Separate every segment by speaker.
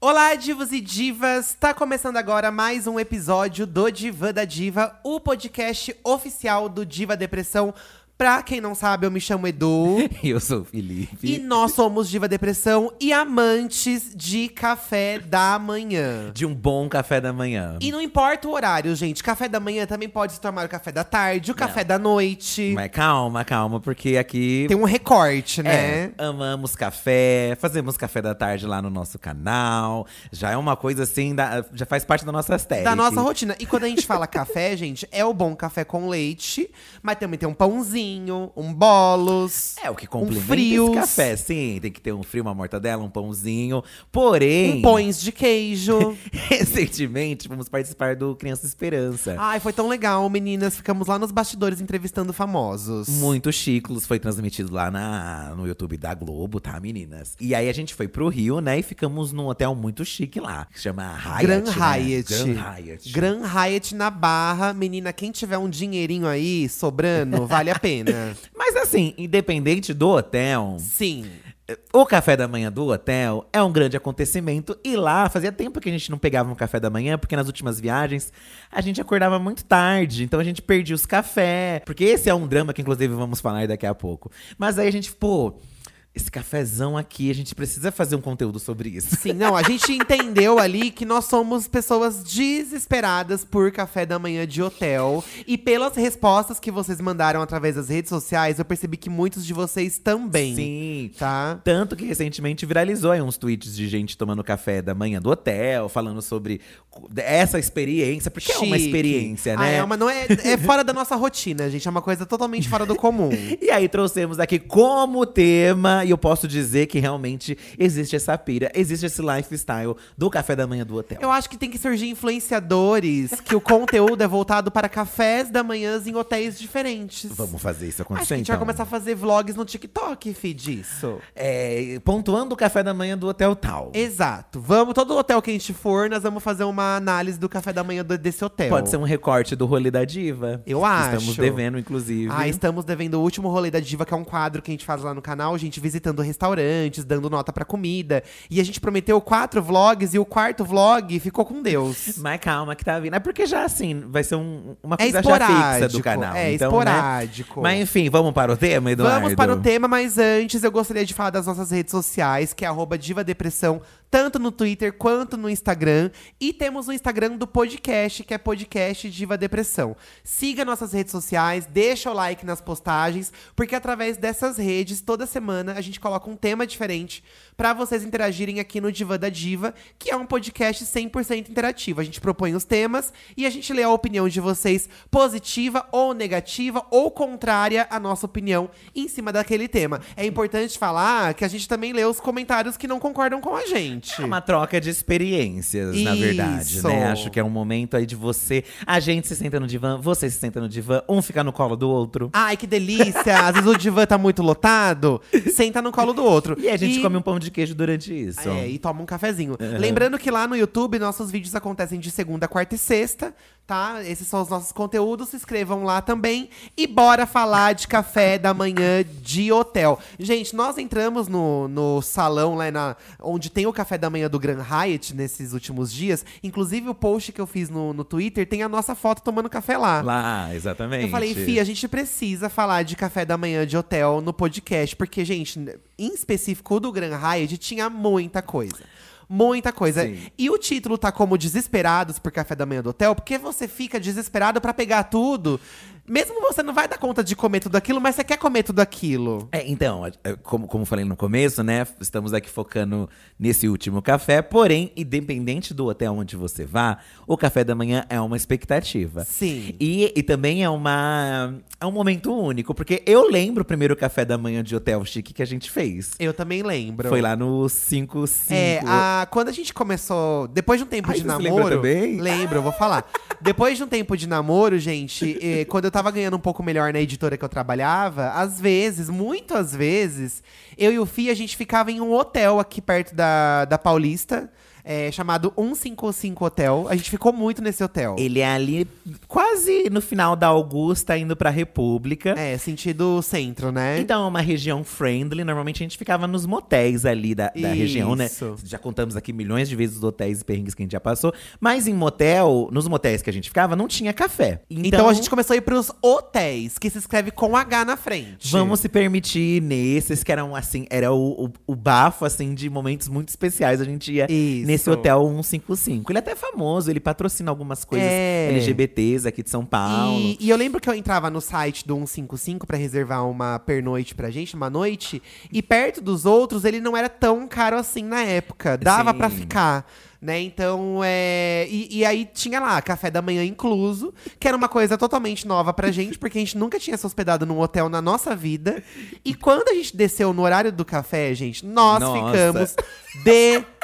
Speaker 1: Olá, divos e divas! Tá começando agora mais um episódio do Diva da Diva, o podcast oficial do Diva Depressão. Pra quem não sabe, eu me chamo Edu.
Speaker 2: Eu sou o
Speaker 1: E
Speaker 2: Felipe.
Speaker 1: nós somos Diva Depressão e amantes de café da manhã.
Speaker 2: De um bom café da manhã.
Speaker 1: E não importa o horário, gente. Café da manhã também pode se tomar o café da tarde, o café da noite.
Speaker 2: Mas calma, calma, porque aqui.
Speaker 1: Tem um recorte,
Speaker 2: é,
Speaker 1: né?
Speaker 2: amamos café, fazemos café da tarde lá no nosso canal. Já é uma coisa assim, da- já faz parte da nossa estética.
Speaker 1: Da nossa rotina. E quando a gente fala café, gente, é o bom café com leite, mas também tem um pãozinho, um bolos.
Speaker 2: É o que complementa
Speaker 1: Um frios.
Speaker 2: esse café, sim. Tem que ter um frio, uma mortadela, um pãozinho. Porém,
Speaker 1: Um pães de queijo.
Speaker 2: recentemente vamos participar do Criança Esperança.
Speaker 1: Ai, foi tão legal, meninas. Ficamos lá nos bastidores entrevistando famosos.
Speaker 2: Muito Chiclos foi transmitido lá na, no YouTube da Globo, tá, meninas? E aí a gente foi pro Rio, né? E ficamos num hotel muito chique lá, que chama Hyatt.
Speaker 1: Grand
Speaker 2: né?
Speaker 1: Hyatt.
Speaker 2: Grand Hyatt.
Speaker 1: Grand Hyatt na Barra. Menina, quem tiver um dinheirinho aí sobrando, vale a pena.
Speaker 2: Mas assim, independente do hotel,
Speaker 1: Sim.
Speaker 2: o café da manhã do hotel é um grande acontecimento. E lá fazia tempo que a gente não pegava um café da manhã, porque nas últimas viagens a gente acordava muito tarde, então a gente perdia os cafés. Porque esse é um drama que, inclusive, vamos falar daqui a pouco. Mas aí a gente, pô. Esse cafezão aqui, a gente precisa fazer um conteúdo sobre isso.
Speaker 1: Sim, não, a gente entendeu ali que nós somos pessoas desesperadas por café da manhã de hotel. E pelas respostas que vocês mandaram através das redes sociais, eu percebi que muitos de vocês também.
Speaker 2: Sim.
Speaker 1: Tá?
Speaker 2: Tanto que recentemente viralizou aí uns tweets de gente tomando café da manhã do hotel, falando sobre cu- essa experiência, porque é uma
Speaker 1: Chique.
Speaker 2: experiência,
Speaker 1: Ah,
Speaker 2: né?
Speaker 1: é, uma, não é, é fora da nossa rotina, gente. É uma coisa totalmente fora do comum.
Speaker 2: E aí trouxemos aqui como tema, e eu posso dizer que realmente existe essa pira, existe esse lifestyle do café da manhã do hotel.
Speaker 1: Eu acho que tem que surgir influenciadores que o conteúdo é voltado para cafés da manhã em hotéis diferentes.
Speaker 2: Vamos fazer isso
Speaker 1: Acho que
Speaker 2: acontecer,
Speaker 1: a gente vai
Speaker 2: então.
Speaker 1: começar a fazer vlogs no TikTok, fi, disso.
Speaker 2: É, pontuando o café da manhã do hotel tal.
Speaker 1: Exato. Vamos, todo hotel que a gente for, nós vamos fazer uma análise do café da manhã do- desse hotel.
Speaker 2: Pode ser um recorte do rolê da diva.
Speaker 1: Eu
Speaker 2: que
Speaker 1: acho.
Speaker 2: Estamos devendo, inclusive.
Speaker 1: Ah, estamos devendo o último rolê da Diva, que é um quadro que a gente faz lá no canal, a gente visitando restaurantes, dando nota pra comida. E a gente prometeu quatro vlogs e o quarto vlog ficou com Deus.
Speaker 2: Mas calma que tá vindo. É porque já, assim, vai ser um- uma
Speaker 1: É
Speaker 2: coisa já fixa
Speaker 1: esporádico.
Speaker 2: do canal.
Speaker 1: é
Speaker 2: então, né?
Speaker 1: esporádico.
Speaker 2: Mas enfim, vamos para o tema, Eduardo?
Speaker 1: Vamos para o tema, mas antes eu gostaria de falar das nossas redes sociais, que é arroba Diva Depressão, tanto no Twitter quanto no Instagram. E temos o Instagram do podcast, que é podcast Diva Depressão. Siga nossas redes sociais, deixa o like nas postagens, porque através dessas redes, toda semana a gente coloca um tema diferente para vocês interagirem aqui no Diva da Diva, que é um podcast 100% interativo. A gente propõe os temas e a gente lê a opinião de vocês, positiva ou negativa ou contrária à nossa opinião em cima daquele tema. É importante falar que a gente também lê os comentários que não concordam com a gente.
Speaker 2: É uma troca de experiências, na verdade,
Speaker 1: Isso.
Speaker 2: né? Acho que é um momento aí de você… A gente se senta no divã, você se senta no divã. Um fica no colo do outro.
Speaker 1: Ai, que delícia! Às vezes o divã tá muito lotado, senta no colo do outro.
Speaker 2: E a gente come um pão de queijo durante isso.
Speaker 1: É, e toma um cafezinho. Lembrando que lá no YouTube, nossos vídeos acontecem de segunda, quarta e sexta, tá? Esses são os nossos conteúdos, se inscrevam lá também. E bora falar de café da manhã de hotel. Gente, nós entramos no, no salão lá na, onde tem o café da manhã do Grand Hyatt nesses últimos dias. Inclusive, o post que eu fiz no, no Twitter tem a nossa foto tomando café lá.
Speaker 2: Lá, exatamente.
Speaker 1: tá. Eu falei, Fih, a gente precisa falar de café da manhã de hotel no podcast, porque, gente, em específico o do Grand Hyatt, tinha muita coisa. Muita coisa.
Speaker 2: Sim.
Speaker 1: E o título tá como Desesperados por Café da Manhã do Hotel, porque você fica desesperado pra pegar tudo. Mesmo você não vai dar conta de comer tudo aquilo, mas você quer comer tudo aquilo.
Speaker 2: É, então, é, como, como falei no começo, né? Estamos aqui focando nesse último café. Porém, independente do hotel onde você vá, o café da manhã é uma expectativa.
Speaker 1: Sim.
Speaker 2: E, e também é uma é um momento único, porque eu lembro o primeiro café da manhã de hotel chique que a gente fez.
Speaker 1: Eu também lembro.
Speaker 2: Foi lá no 55.
Speaker 1: É, a- quando a gente começou. Depois de um tempo
Speaker 2: Ai,
Speaker 1: de
Speaker 2: você lembra
Speaker 1: namoro.
Speaker 2: também?
Speaker 1: Lembro, eu vou falar. depois de um tempo de namoro, gente, eh, quando eu tava ganhando um pouco melhor na editora que eu trabalhava, às vezes, muito às vezes, eu e o Fih, a gente ficava em um hotel aqui perto da, da Paulista. é, chamado 155 Hotel. A gente ficou muito nesse hotel.
Speaker 2: Ele é ali quase no final da Augusta, indo pra República.
Speaker 1: É, sentido centro, né?
Speaker 2: Então, é uma região friendly. Normalmente a gente ficava nos motéis ali da, da região, né?
Speaker 1: Isso.
Speaker 2: Já contamos aqui milhões de vezes os hotéis e perrengues que a gente já passou. Mas em motel, nos motéis que a gente ficava, não tinha café. Então,
Speaker 1: Então, a gente começou a ir pros hotéis, que se escreve com H na frente.
Speaker 2: Vamos né? se permitir nesses que eram assim, era o, o, o bafo assim de momentos muito especiais. A gente ia
Speaker 1: Isso.
Speaker 2: nesse hotel 155. Ele é até famoso, ele patrocina algumas coisas
Speaker 1: É.
Speaker 2: LGBTs aqui de São Paulo.
Speaker 1: E, e eu lembro que eu entrava no site do 155 pra reservar uma pernoite pra gente, uma noite, e perto dos outros ele não era tão caro assim na época. Dava
Speaker 2: Sim.
Speaker 1: pra ficar. Né, então, é. E, e aí tinha lá, café da manhã incluso, que era uma coisa totalmente nova pra gente, porque a gente nunca tinha se hospedado num hotel na nossa vida. E quando a gente desceu no horário do café, gente, nós
Speaker 2: Nossa.
Speaker 1: ficamos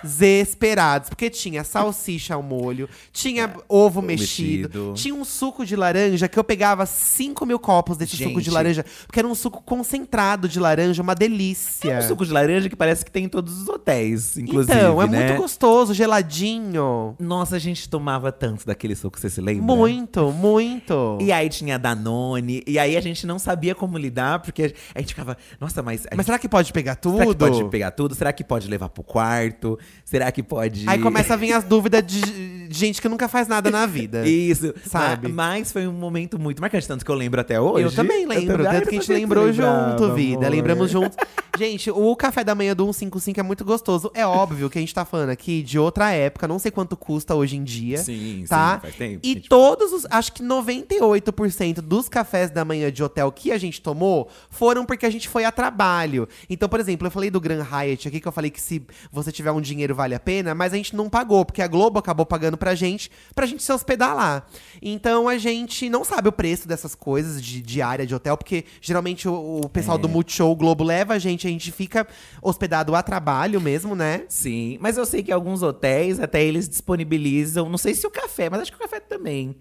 Speaker 1: desesperados. Porque tinha salsicha ao molho,
Speaker 2: É.
Speaker 1: tinha ovo mexido,
Speaker 2: mexido.
Speaker 1: tinha um suco de laranja que eu pegava 5 mil copos desse suco de
Speaker 2: Gente.
Speaker 1: laranja. Porque era um suco concentrado de laranja, uma delícia.
Speaker 2: É um suco de laranja que parece que tem em todos os hotéis, inclusive.
Speaker 1: então, é
Speaker 2: né?
Speaker 1: muito gostoso, geladinho.
Speaker 2: Nossa, a gente tomava tanto daquele suco, você se lembra?
Speaker 1: Muito, muito.
Speaker 2: E aí tinha Danone, e aí a gente não sabia como lidar, porque a gente ficava, nossa, mas. a
Speaker 1: Mas
Speaker 2: gente-
Speaker 1: será que pode pegar tudo?
Speaker 2: será que pode pegar tudo? Será que pode levar pro quarto? Será que pode.
Speaker 1: Aí começa a vir as dúvidas de de gente que nunca faz nada na vida.
Speaker 2: Isso,
Speaker 1: É. Sabe?
Speaker 2: sabe? Mas foi um momento muito marcante, tanto que eu lembro até hoje.
Speaker 1: Eu também lembro,
Speaker 2: também- Ai,
Speaker 1: tanto que a
Speaker 2: eu
Speaker 1: gente
Speaker 2: sabia
Speaker 1: lembrou
Speaker 2: você lembrava,
Speaker 1: junto, vida.
Speaker 2: amor.
Speaker 1: Lembramos juntos. Gente, o café da manhã do 155 é muito gostoso. É óbvio que a gente tá falando aqui de outra época, não sei quanto custa hoje em dia.
Speaker 2: Sim,
Speaker 1: tá?
Speaker 2: sim, faz tempo.
Speaker 1: E
Speaker 2: gente.
Speaker 1: todos os. Acho que 98% dos cafés da manhã de hotel que a gente tomou foram porque a gente foi a trabalho. Então, por exemplo, eu falei do Grand Hyatt aqui, que eu falei que se você tiver um dinheiro vale a pena, mas a gente não pagou, porque a Globo acabou pagando pra gente, pra gente se hospedar lá. Então a gente não sabe o preço dessas coisas de, de área de hotel, porque geralmente o, o pessoal
Speaker 2: É.
Speaker 1: do Multishow o Globo leva a gente, a gente fica hospedado a trabalho mesmo, né?
Speaker 2: Sim, mas eu sei que alguns hotéis até eles disponibilizam, não sei se o café, mas acho que o café também.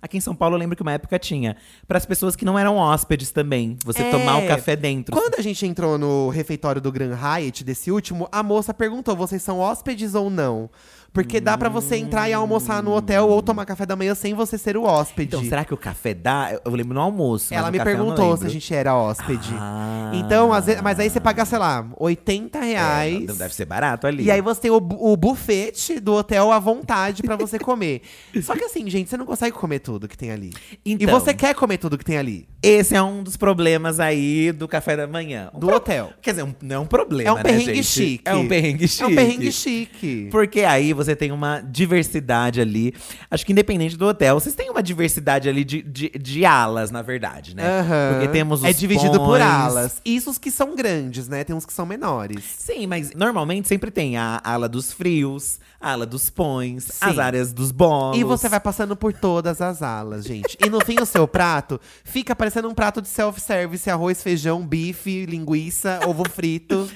Speaker 2: Aqui em São Paulo eu lembro que uma época tinha para as pessoas que não eram hóspedes também, você
Speaker 1: É.
Speaker 2: tomar o café dentro.
Speaker 1: Quando a gente entrou no refeitório do Grand Hyatt, desse último, a moça perguntou: vocês são hóspedes ou não? Porque dá pra você entrar e almoçar no hotel ou tomar café da manhã sem você ser o hóspede.
Speaker 2: Hum. Então, será que o café dá? Eu- Eu lembro no almoço. mas
Speaker 1: Ela
Speaker 2: no
Speaker 1: me
Speaker 2: café eu não
Speaker 1: perguntou se
Speaker 2: lembro.
Speaker 1: a gente era hóspede.
Speaker 2: Ah.
Speaker 1: Então, às vezes- mas aí você paga, sei lá, 80
Speaker 2: É,
Speaker 1: reais.
Speaker 2: não deve ser barato ali.
Speaker 1: E aí você tem o, bu- o buffet do hotel à vontade pra você comer. Só que assim, gente, você não consegue comer tudo que tem ali. E
Speaker 2: Então.
Speaker 1: você quer comer tudo que tem ali.
Speaker 2: Esse é um dos problemas aí do café da manhã. Um
Speaker 1: Do hotel.
Speaker 2: Quer dizer, um- não é um problema,
Speaker 1: É um
Speaker 2: né,
Speaker 1: perrengue
Speaker 2: gente?
Speaker 1: chique.
Speaker 2: É um perrengue chique.
Speaker 1: É um perrengue chique.
Speaker 2: Porque aí você tem uma diversidade ali. Acho que independente do hotel, vocês têm uma diversidade ali de, de, de alas, na verdade, né?
Speaker 1: Aham.
Speaker 2: Porque temos os
Speaker 1: É dividido por
Speaker 2: pões.
Speaker 1: alas. Isso os que são grandes, né? Tem uns que são menores.
Speaker 2: Sim, mas normalmente sempre tem a ala dos frios, a ala dos pões, as
Speaker 1: Sim.
Speaker 2: áreas dos bolos.
Speaker 1: E você vai passando por todas as alas, gente. E no fim, o seu prato fica parecendo um prato de self-service: arroz, feijão, bife, linguiça, ovo frito.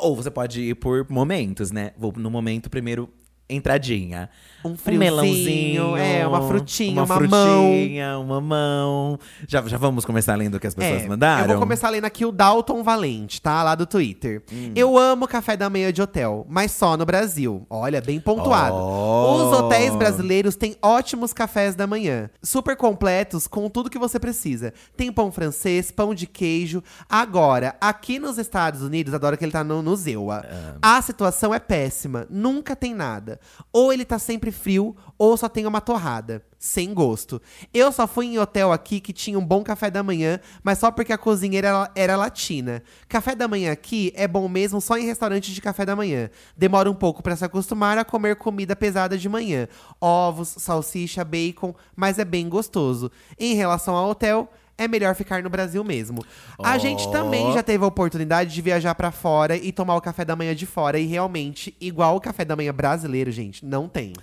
Speaker 2: Ou você pode ir por momentos, né? Vou no momento primeiro entradinha.
Speaker 1: Um melãozinho, é, uma frutinha, uma, mão.
Speaker 2: frutinha, uma mão. Já, já vamos começar lendo o que as pessoas
Speaker 1: É,
Speaker 2: mandaram?
Speaker 1: Eu vou começar lendo aqui o Dalton Valente, tá? Lá do Twitter.
Speaker 2: Hum.
Speaker 1: Eu amo café da manhã de hotel, mas só no Brasil. Olha, bem pontuado.
Speaker 2: Oh.
Speaker 1: Os hotéis brasileiros têm ótimos cafés da manhã. Super completos, com tudo que você precisa. Tem pão francês, pão de queijo. Agora, aqui nos Estados Unidos, adoro que ele tá no, no Zewa. A situação é péssima. Nunca tem nada. Ou ele tá sempre frio, ou só tem uma torrada. Sem gosto. Eu só fui em hotel aqui que tinha um bom café da manhã, mas só porque a cozinheira era, era latina. Café da manhã aqui é bom mesmo só em restaurante de café da manhã. Demora um pouco pra se acostumar a comer comida pesada de manhã. Ovos, salsicha, bacon, mas é bem gostoso. Em relação ao hotel, é melhor ficar no Brasil mesmo. A
Speaker 2: Ó.
Speaker 1: gente também já teve a oportunidade de viajar pra fora e tomar o café da manhã de fora e realmente igual o café da manhã brasileiro, gente, não tem.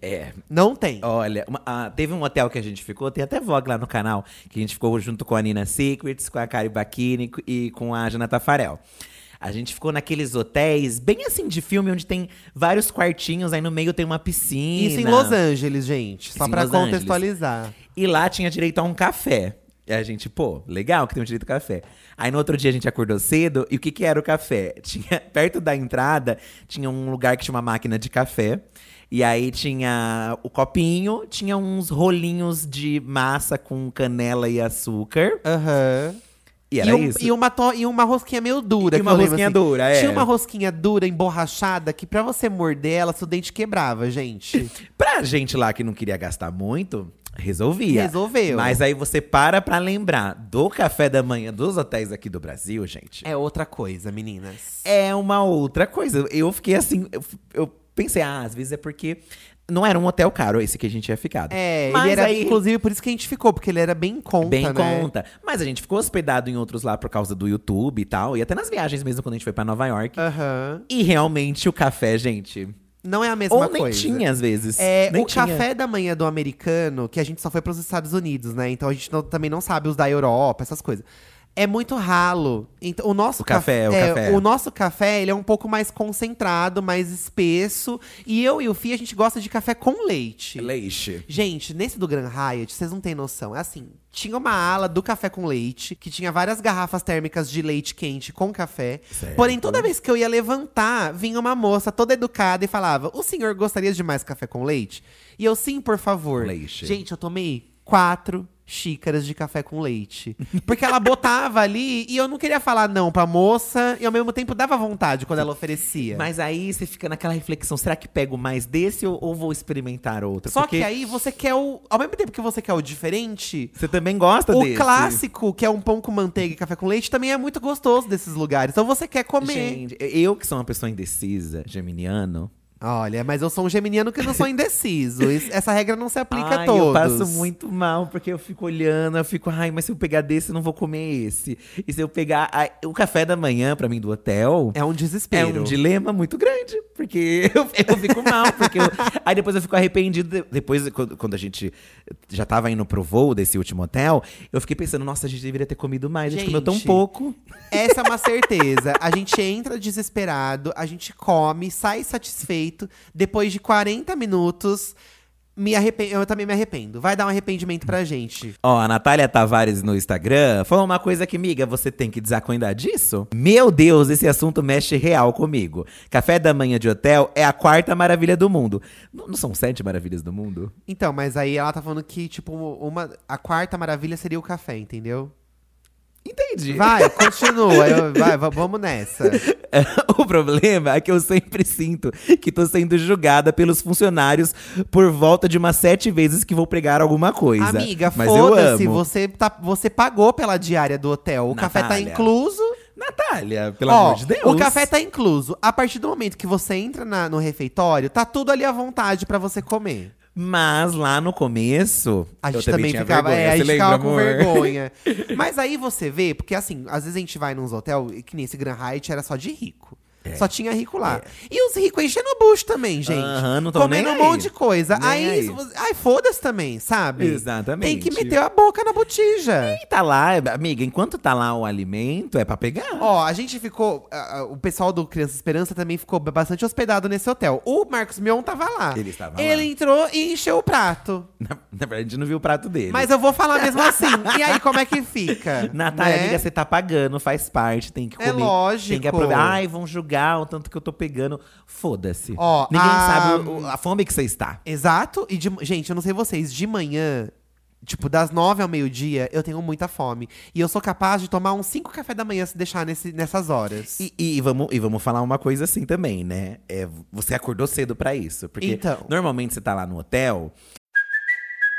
Speaker 2: É,
Speaker 1: Não tem.
Speaker 2: Olha, uma- ah, teve um hotel que a gente ficou, tem até vlog lá no canal, que a gente ficou junto com a Nina Secrets, com a Kari Bacchini co- e com a Jana Tafarel. A gente ficou naqueles hotéis, bem assim de filme, onde tem vários quartinhos, aí no meio tem uma piscina.
Speaker 1: Isso em Los Angeles, gente. Só
Speaker 2: Isso em
Speaker 1: pra
Speaker 2: Los Angeles.
Speaker 1: contextualizar.
Speaker 2: E lá tinha direito a um café. E a gente, pô, legal que tem um direito ao café. Aí no outro dia a gente acordou cedo e o que, que era o café? Tinha, perto da entrada tinha um lugar que tinha uma máquina de café. E aí tinha o copinho, tinha uns rolinhos de massa com canela e açúcar.
Speaker 1: Aham.
Speaker 2: E era
Speaker 1: um-
Speaker 2: isso.
Speaker 1: E uma, to- e uma rosquinha meio dura.
Speaker 2: E
Speaker 1: que
Speaker 2: uma
Speaker 1: eu lembro, assim.
Speaker 2: rosquinha dura, é.
Speaker 1: Tinha uma rosquinha dura, emborrachada, que pra você morder ela, seu dente quebrava, gente.
Speaker 2: Pra gente lá que não queria gastar muito, resolvia.
Speaker 1: Resolveu.
Speaker 2: Mas aí você para pra lembrar do café da manhã dos hotéis aqui do Brasil, gente.
Speaker 1: é outra coisa, meninas.
Speaker 2: É uma outra coisa. Eu fiquei assim, eu, f- eu pensei, ah, às vezes é porque não era um hotel caro esse que a gente tinha ficado.
Speaker 1: É,
Speaker 2: Mas
Speaker 1: ele era,
Speaker 2: aí-
Speaker 1: inclusive, por isso que a gente ficou, porque ele era bem em conta, né?
Speaker 2: Bem conta. Mas a gente ficou hospedado em outros lá por causa do YouTube e tal. E até nas viagens mesmo, quando a gente foi pra Nova York.
Speaker 1: Aham.
Speaker 2: E realmente o café, gente.
Speaker 1: Não é a mesma
Speaker 2: Ou
Speaker 1: coisa.
Speaker 2: nem tinha, às vezes.
Speaker 1: É,
Speaker 2: nem
Speaker 1: o
Speaker 2: tinha.
Speaker 1: café da manhã do americano, que a gente só foi pros Estados Unidos, né? Então a gente não- também não sabe os da Europa, essas coisas. É muito ralo. Então, o nosso
Speaker 2: O café, o
Speaker 1: é,
Speaker 2: café.
Speaker 1: o nosso café, ele é um pouco mais concentrado, mais espesso. E eu e o Fih, a gente gosta de café com leite.
Speaker 2: Leite.
Speaker 1: Gente, nesse do Grand Hyatt, vocês não têm noção. É assim, tinha uma ala do café com leite, que tinha várias garrafas térmicas de leite quente com café.
Speaker 2: Certo.
Speaker 1: Porém, toda vez que eu ia levantar, vinha uma moça toda educada e falava: O senhor gostaria de mais café com leite? E eu, sim, por favor.
Speaker 2: Leite.
Speaker 1: Gente, eu tomei quatro xícaras de café com leite. Porque ela botava ali e eu não queria falar não pra moça, e ao mesmo tempo dava vontade quando ela oferecia.
Speaker 2: Mas aí você fica naquela reflexão: será que pego mais desse ou, ou vou experimentar outro?
Speaker 1: Só
Speaker 2: Então, Porque
Speaker 1: que aí você quer o. Ao mesmo tempo que você quer o diferente,
Speaker 2: Você também gosta
Speaker 1: O
Speaker 2: desse.
Speaker 1: clássico, que é um pão com manteiga e café com leite, também é muito gostoso desses lugares. Então você quer comer.
Speaker 2: Gente, eu que sou uma pessoa indecisa, geminiano.
Speaker 1: Olha, mas eu sou um geminiano que não sou indeciso. Isso- Essa regra não se aplica
Speaker 2: ai,
Speaker 1: a todos.
Speaker 2: Eu passo muito mal, porque eu fico olhando, eu fico, ai, mas se eu pegar desse, eu não vou comer esse. E se eu pegar. ai, o café da manhã, pra mim, do hotel.
Speaker 1: É um
Speaker 2: É
Speaker 1: desespero.
Speaker 2: um dilema muito grande, porque eu, eu fico mal, porque eu, aí depois eu fico arrependido. de- Depois, quando, quando a gente já tava indo pro voo desse último hotel, eu fiquei pensando, nossa, a gente deveria ter comido mais, a gente comeu tão
Speaker 1: Gente.
Speaker 2: pouco.
Speaker 1: Essa é uma certeza. A gente entra desesperado, a gente come, sai satisfeito. Depois de 40 minutos, me arrepen- eu também me arrependo. Vai dar um arrependimento pra gente.
Speaker 2: Ó, a Natália Tavares no Instagram falou uma coisa que, miga, você tem que desacoindar disso? Meu Deus, esse assunto mexe real comigo. Café da manhã de hotel é a quarta maravilha do mundo. Não, não são sete maravilhas do mundo?
Speaker 1: Então, mas aí ela tá falando que, tipo, uma, a quarta maravilha seria o café, entendeu?
Speaker 2: Entendi.
Speaker 1: Vai, continua. Eu- vai, va- vamos nessa.
Speaker 2: o problema é que eu sempre sinto que tô sendo julgada pelos funcionários por volta de umas sete vezes que vou pregar alguma coisa.
Speaker 1: Amiga,
Speaker 2: é, Mas eu
Speaker 1: foda-se,
Speaker 2: amo.
Speaker 1: você, tá, você pagou pela diária do hotel. O café tá
Speaker 2: Natália,
Speaker 1: incluso.
Speaker 2: Natália, pelo
Speaker 1: Ó,
Speaker 2: amor de Deus.
Speaker 1: O café tá incluso. A partir do momento que você entra na- no refeitório, tá tudo ali à vontade pra você comer.
Speaker 2: Mas lá no começo.
Speaker 1: A gente
Speaker 2: eu
Speaker 1: também,
Speaker 2: tinha
Speaker 1: ficava,
Speaker 2: vergonha,
Speaker 1: é, a
Speaker 2: você
Speaker 1: gente
Speaker 2: lembra,
Speaker 1: ficava com
Speaker 2: amor?
Speaker 1: vergonha. Mas aí você vê, porque assim, às vezes a gente vai nos hotel, e que nem esse Grand Hyatt era só de rico.
Speaker 2: É.
Speaker 1: Só tinha rico lá. E os ricos enchendo o bucho também, gente.
Speaker 2: Aham, não tão
Speaker 1: comendo
Speaker 2: nem
Speaker 1: um monte
Speaker 2: aí.
Speaker 1: de coisa.
Speaker 2: Nem
Speaker 1: Aí,
Speaker 2: aí.
Speaker 1: se você- ai, foda-se também, sabe?
Speaker 2: Exatamente.
Speaker 1: Tem que meter a boca na botija.
Speaker 2: E tá lá, amiga, enquanto tá lá o alimento, é pra pegar.
Speaker 1: Ó, a gente ficou. ah, ah, o pessoal do Criança Esperança também ficou bastante hospedado nesse hotel. O Marcos Mion tava lá.
Speaker 2: Ele estava
Speaker 1: Ele
Speaker 2: lá.
Speaker 1: entrou e encheu o prato.
Speaker 2: Na, na verdade, a gente não viu o prato dele.
Speaker 1: Mas eu vou falar mesmo assim. E aí, como é que fica?
Speaker 2: Natália,
Speaker 1: Né?
Speaker 2: amiga, você tá pagando, faz parte, tem que
Speaker 1: É
Speaker 2: comer. Tem
Speaker 1: lógico.
Speaker 2: que aproveitar. Ai, vão julgar o tanto que eu tô pegando. Foda-se.
Speaker 1: Ó,
Speaker 2: Ninguém
Speaker 1: a-
Speaker 2: sabe o- o- a fome que você está.
Speaker 1: Exato. E de, gente, eu não sei vocês, de manhã, tipo, das nove ao meio-dia, eu tenho muita fome. E eu sou capaz de tomar uns cinco café da manhã se deixar nesse, nessas horas.
Speaker 2: E, e vamos, e vamos falar uma coisa assim também, né? É, você acordou cedo pra isso. Porque
Speaker 1: Então.
Speaker 2: normalmente você tá lá no hotel,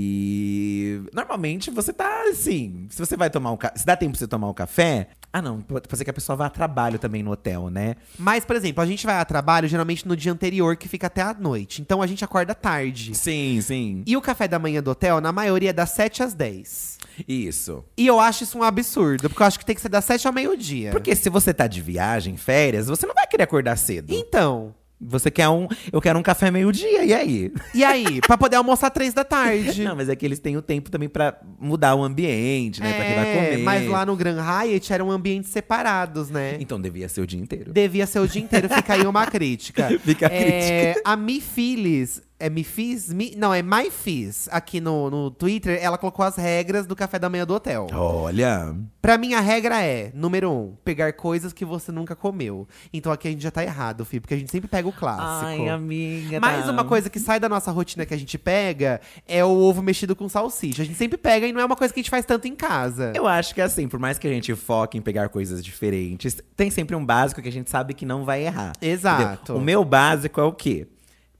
Speaker 2: E normalmente você tá assim. Se você vai tomar um café. Se dá tempo pra você tomar um café. Ah, não. Pode pode ser que a pessoa vá a trabalho também no hotel, né?
Speaker 1: Mas, por exemplo, a gente vai a trabalho geralmente no dia anterior, que fica até a noite. Então a gente acorda tarde.
Speaker 2: Sim, sim.
Speaker 1: E o café da manhã do hotel, na maioria, é das 7 às 10.
Speaker 2: Isso.
Speaker 1: E eu acho isso um absurdo, porque eu acho que tem que ser das sete ao meio-dia.
Speaker 2: Porque se você tá de viagem, férias, você não vai querer acordar cedo.
Speaker 1: Então,
Speaker 2: Você quer um. Eu quero um café meio-dia, e aí?
Speaker 1: e aí? pra poder almoçar três da tarde.
Speaker 2: Não, mas é que eles têm o tempo também pra mudar o ambiente, né? pra quem vai
Speaker 1: É,
Speaker 2: comer.
Speaker 1: Mas lá no Grand Hyatt eram ambientes separados, né?
Speaker 2: Então devia ser o dia inteiro.
Speaker 1: Devia ser o dia inteiro, fica aí uma crítica.
Speaker 2: Fica a
Speaker 1: é, A Mi Filis, é Mi Fis? Mi- não, é My Fis, aqui no, no Twitter, ela colocou as regras do café da manhã do hotel.
Speaker 2: Ah, Olha.
Speaker 1: Pra mim, a regra é, número um, pegar coisas que você nunca comeu. Então aqui a gente já tá errado, Fih, porque a gente sempre pega o clássico.
Speaker 2: Ai, amiga.
Speaker 1: Mais
Speaker 2: tá.
Speaker 1: uma coisa que sai da nossa rotina que a gente pega é o ovo mexido com salsicha. A gente sempre pega e não é uma coisa que a gente faz tanto em casa.
Speaker 2: Eu acho que assim, por mais que a gente foque em pegar coisas diferentes, tem sempre um básico que a gente sabe que não vai errar.
Speaker 1: Exato.
Speaker 2: Entendeu? O meu básico é o quê?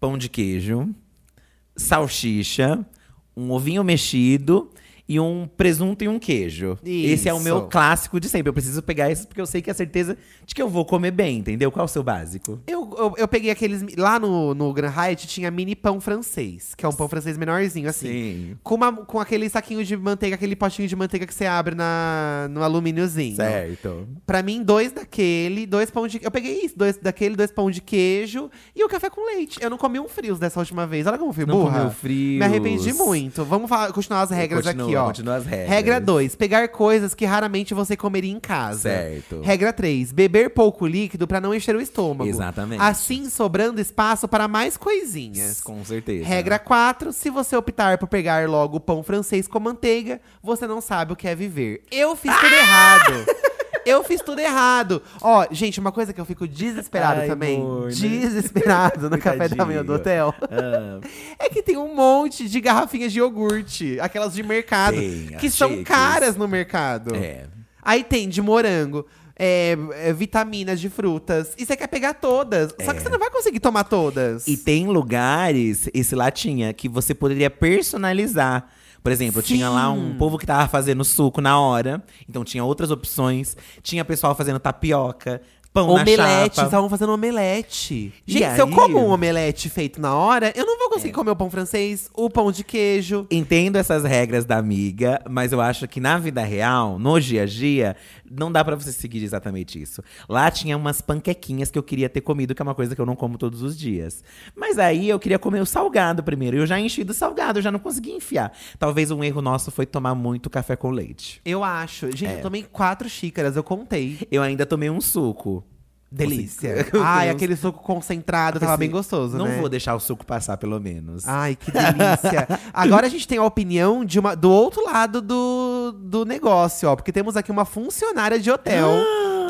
Speaker 2: Pão de queijo, salsicha, um ovinho mexido e um presunto e um queijo. Esse é o meu
Speaker 1: Isso.
Speaker 2: clássico de sempre. Eu preciso pegar esses porque eu sei que é a certeza de que eu vou comer bem, entendeu? Qual é o seu básico?
Speaker 1: Eu, eu, eu peguei aqueles. mi- Lá no, no Grand Hyatt tinha mini pão francês, que é um pão francês menorzinho, assim.
Speaker 2: Sim.
Speaker 1: Com, uma- com aquele saquinho de manteiga, aquele potinho de manteiga que você abre na, no alumíniozinho.
Speaker 2: Certo.
Speaker 1: Pra mim, dois daquele, dois pão de. Eu peguei isso, dois daquele, dois pão de queijo e o café com leite. Eu não comi um frios dessa última vez. Olha como eu fui
Speaker 2: Não
Speaker 1: burra.
Speaker 2: comeu frios.
Speaker 1: Me arrependi muito. Vamos falar- continuar as regras
Speaker 2: Continua,
Speaker 1: aqui, ó.
Speaker 2: continua as regras.
Speaker 1: Regra 2, pegar coisas que raramente você comeria em casa.
Speaker 2: Certo.
Speaker 1: Regra 3, beber pouco líquido pra não encher o estômago.
Speaker 2: Exatamente.
Speaker 1: Assim sobrando espaço para mais coisinhas.
Speaker 2: Com certeza.
Speaker 1: Regra 4, se você optar por pegar logo o pão francês com manteiga, você não sabe o que é viver. Eu fiz tudo
Speaker 2: Ah!
Speaker 1: errado. Eu fiz tudo errado. Ó, gente, uma coisa que eu fico desesperado
Speaker 2: Ai,
Speaker 1: também.
Speaker 2: amor, né?
Speaker 1: Desesperado no café da manhã do
Speaker 2: Coitadinho.
Speaker 1: hotel.
Speaker 2: Ah,
Speaker 1: É que tem um monte de garrafinhas de iogurte, aquelas de mercado,
Speaker 2: Tem,
Speaker 1: que
Speaker 2: as
Speaker 1: são
Speaker 2: shakes.
Speaker 1: caras no mercado.
Speaker 2: é.
Speaker 1: Aí tem de morango, é, é, vitaminas de frutas. E você quer pegar todas. Só que você não vai conseguir tomar todas.
Speaker 2: É. E tem lugares, esse lá tinha, que você poderia personalizar. Por exemplo, tinha lá um povo que tava fazendo suco na hora. Então tinha outras opções. Tinha pessoal fazendo tapioca, pão na
Speaker 1: Omelete,
Speaker 2: chapa.
Speaker 1: estavam fazendo omelete.
Speaker 2: E
Speaker 1: Gente, se eu
Speaker 2: aí? É.
Speaker 1: como um omelete feito na hora, eu não vou conseguir comer o pão francês, o pão de queijo.
Speaker 2: Entendo essas regras da amiga, mas eu acho que na vida real, no dia a dia, não dá pra você seguir exatamente isso. Lá tinha umas panquequinhas que eu queria ter comido, que é uma coisa que eu não como todos os dias. Mas aí eu queria comer o salgado primeiro. e Eu já enchi do salgado, eu já não consegui enfiar. Talvez um erro nosso foi tomar muito café com leite.
Speaker 1: Eu acho. Gente,
Speaker 2: É.
Speaker 1: eu tomei quatro xícaras, eu contei.
Speaker 2: Eu ainda tomei um suco.
Speaker 1: Delícia.
Speaker 2: Consegui-
Speaker 1: Ai,
Speaker 2: Eu
Speaker 1: aquele suco concentrado tava
Speaker 2: pensei,
Speaker 1: bem gostoso,
Speaker 2: Não
Speaker 1: né?
Speaker 2: vou deixar o suco passar, pelo menos.
Speaker 1: Ai, que delícia. Agora a gente tem a opinião de uma, do outro lado do, do negócio, ó. Porque temos aqui uma funcionária de hotel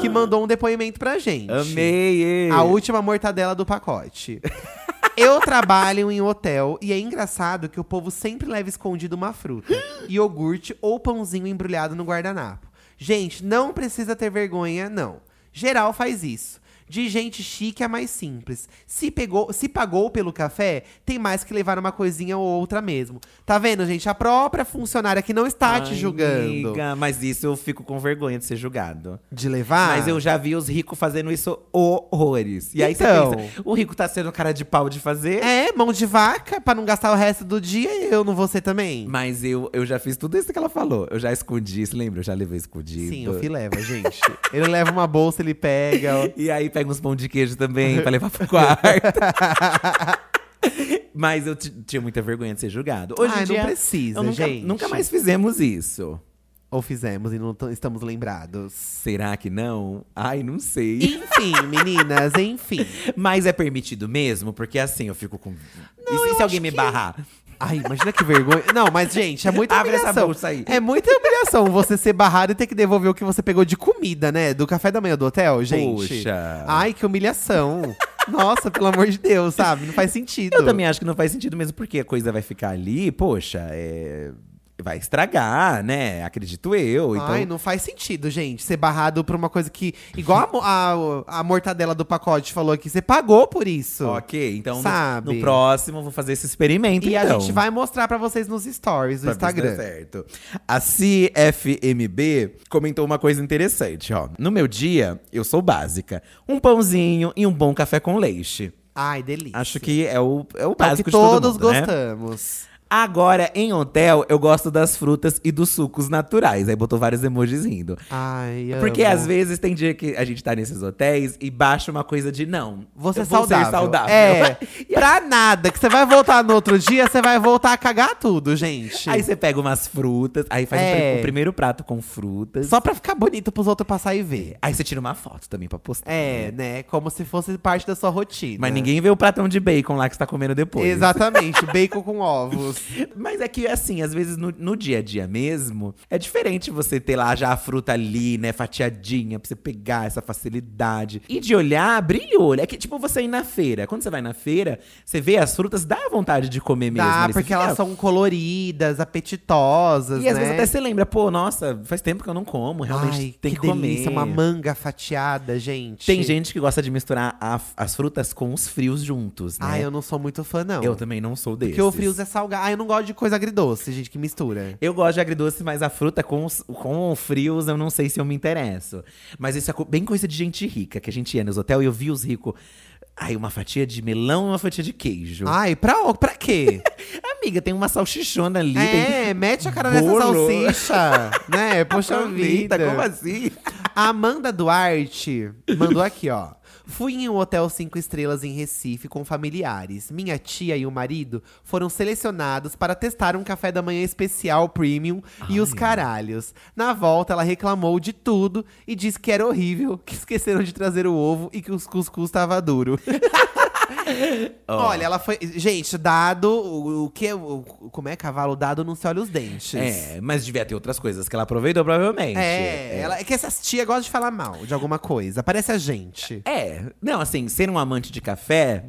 Speaker 1: que mandou um depoimento pra gente.
Speaker 2: Ah! Amei!
Speaker 1: A última mortadela do pacote. Eu trabalho em um hotel e é engraçado que o povo sempre leva escondido uma fruta, iogurte ou pãozinho embrulhado no guardanapo. Gente, não precisa ter vergonha, não. Geral faz isso. De gente chique a mais simples. Se, pegou, se pagou pelo café, tem mais que levar uma coisinha ou outra mesmo. Tá vendo, gente? A própria funcionária que não está te
Speaker 2: Ai,
Speaker 1: julgando
Speaker 2: amiga, mas isso eu fico com vergonha de ser julgado.
Speaker 1: de levar.
Speaker 2: Mas eu já vi os ricos fazendo isso horrores. E aí
Speaker 1: Então.
Speaker 2: você pensa, o rico tá sendo cara de pau de fazer.
Speaker 1: É, mão de vaca, pra não gastar o resto do dia, eu não vou ser também.
Speaker 2: Mas eu, eu já fiz tudo isso que ela falou. Eu já escondi, você lembra? Eu já levei escondido.
Speaker 1: Sim, o Fih leva, gente. ele leva uma bolsa, ele pega.
Speaker 2: E aí pega uns pão de queijo também pra levar pro quarto. Mas eu ti- tinha muita vergonha de ser julgado. Hoje
Speaker 1: Ai,
Speaker 2: em
Speaker 1: não
Speaker 2: dia,
Speaker 1: precisa,
Speaker 2: eu nunca,
Speaker 1: gente.
Speaker 2: Nunca mais fizemos isso.
Speaker 1: Ou fizemos e não t- estamos lembrados.
Speaker 2: Será que não? Ai, não sei.
Speaker 1: Enfim, meninas, enfim.
Speaker 2: Mas é permitido mesmo? Porque assim, eu fico com… e se, se
Speaker 1: acho
Speaker 2: alguém me barrar?
Speaker 1: Ai, imagina que vergonha. Não, mas, gente, é muita
Speaker 2: Abre essa
Speaker 1: humilhação.
Speaker 2: bolsa aí.
Speaker 1: É muita humilhação você ser barrado e ter que devolver o que você pegou de comida, né? Do café da manhã do hotel, gente.
Speaker 2: Puxa.
Speaker 1: Ai, que humilhação. Nossa, pelo amor de Deus, sabe? Não faz sentido.
Speaker 2: Eu também acho que não faz sentido mesmo, porque a coisa vai ficar ali, poxa, é, vai estragar, né? Acredito eu. Então,
Speaker 1: Ai, não faz sentido, gente. Ser barrado por uma coisa que. Igual a mo- a, a, mortadela do pacote falou aqui, você pagou por isso.
Speaker 2: Ok, então no,
Speaker 1: Sabe?
Speaker 2: no próximo eu vou fazer esse experimento.
Speaker 1: E a
Speaker 2: então,
Speaker 1: gente vai mostrar pra vocês nos stories do
Speaker 2: pra ver se dá
Speaker 1: Instagram.
Speaker 2: certo. A CFMB comentou uma coisa interessante, ó. No meu dia, eu sou básica. Um pãozinho e um bom café com leite.
Speaker 1: Ai, delícia.
Speaker 2: Acho que é o, é o
Speaker 1: É o
Speaker 2: básico
Speaker 1: que
Speaker 2: de todo
Speaker 1: todos
Speaker 2: mundo, né?
Speaker 1: gostamos.
Speaker 2: Agora, em hotel, eu gosto das frutas e dos sucos naturais. Aí botou vários emojis rindo.
Speaker 1: Ai,
Speaker 2: É Porque
Speaker 1: amo.
Speaker 2: às vezes tem dia que a gente tá nesses hotéis e baixa uma coisa de não.
Speaker 1: Você
Speaker 2: eu
Speaker 1: é
Speaker 2: vou
Speaker 1: saudável.
Speaker 2: Ser saudável.
Speaker 1: É,
Speaker 2: E
Speaker 1: pra nada. Que você vai voltar no outro dia, você vai voltar a cagar tudo, gente.
Speaker 2: Aí você pega umas frutas, aí faz
Speaker 1: É.
Speaker 2: o pri- o primeiro prato com frutas.
Speaker 1: Só pra ficar bonito pros outros passar e ver.
Speaker 2: Aí você tira uma foto também pra postar.
Speaker 1: É, né? Como se fosse parte da sua rotina.
Speaker 2: Mas ninguém vê o pratão de bacon lá que você tá comendo depois.
Speaker 1: Exatamente, bacon com ovos.
Speaker 2: Mas é que, assim, às vezes no, no dia a dia mesmo, é diferente você ter lá já a fruta ali, né, fatiadinha, pra você pegar essa facilidade. E de olhar, brilha o olho. É que, tipo, você ir na feira. Quando você vai na feira, você vê as frutas, dá vontade de comer mesmo.
Speaker 1: Dá,
Speaker 2: ali.
Speaker 1: Tá,
Speaker 2: Você
Speaker 1: porque
Speaker 2: fica- "Ah,
Speaker 1: elas são coloridas, apetitosas,
Speaker 2: E às
Speaker 1: né?
Speaker 2: vezes até você lembra, pô, nossa, faz tempo que eu não como, realmente
Speaker 1: Ai,
Speaker 2: tem
Speaker 1: que,
Speaker 2: que, comer.
Speaker 1: delícia, uma manga fatiada, gente.
Speaker 2: Tem gente que gosta de misturar a- as frutas com os frios juntos, né?
Speaker 1: Ai, Ah, eu não sou muito fã, não.
Speaker 2: Eu também não sou desses.
Speaker 1: Porque o frios é salgado. Ah, eu não gosto de coisa agridoce, gente, que mistura.
Speaker 2: Eu gosto de agridoce, mas a fruta com, os- com frios eu não sei se eu me interesso. Mas isso é co- bem coisa de gente rica, que a gente ia nos hotel e eu vi os ricos. Ai, uma fatia de melão e uma fatia de queijo.
Speaker 1: Ai, pra, pra quê?
Speaker 2: Amiga, tem uma salchichona ali.
Speaker 1: é, mete a cara
Speaker 2: Bolo.
Speaker 1: nessa salsicha, né?
Speaker 2: tem...
Speaker 1: Poxa
Speaker 2: Aproveita,
Speaker 1: vida.
Speaker 2: como assim?
Speaker 1: A Amanda Duarte mandou aqui, ó. Fui em um hotel cinco estrelas em Recife com familiares. Minha tia e o marido foram selecionados para testar um café da manhã especial premium e os caralhos. Na volta, ela reclamou de tudo e disse que era horrível, que esqueceram de trazer o ovo e que os cuscuz estava duro.
Speaker 2: Oh.
Speaker 1: Olha, ela foi. Gente, dado. O, o que. o- como é cavalo? Dado não se olha os dentes.
Speaker 2: É, mas devia ter outras coisas que ela aproveitou, provavelmente.
Speaker 1: É, Ela, é que essas tia gostam de falar mal de alguma coisa. Parece a gente.
Speaker 2: É, não, assim, ser um amante de café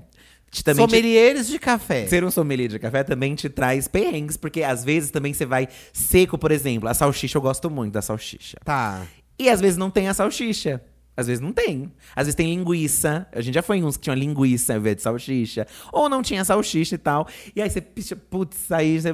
Speaker 2: te também. te-
Speaker 1: Sommeliers de café.
Speaker 2: Ser um sommelier de café também te traz perrengues, porque às vezes também você vai seco, por exemplo. A salsicha, eu gosto muito da salsicha.
Speaker 1: Tá.
Speaker 2: E às vezes não tem a salsicha. Às vezes não tem. Às vezes tem linguiça. A gente já foi em uns que tinha linguiça ao invés de salsicha. Ou não tinha salsicha e tal. E aí você, picha, putz, aí você.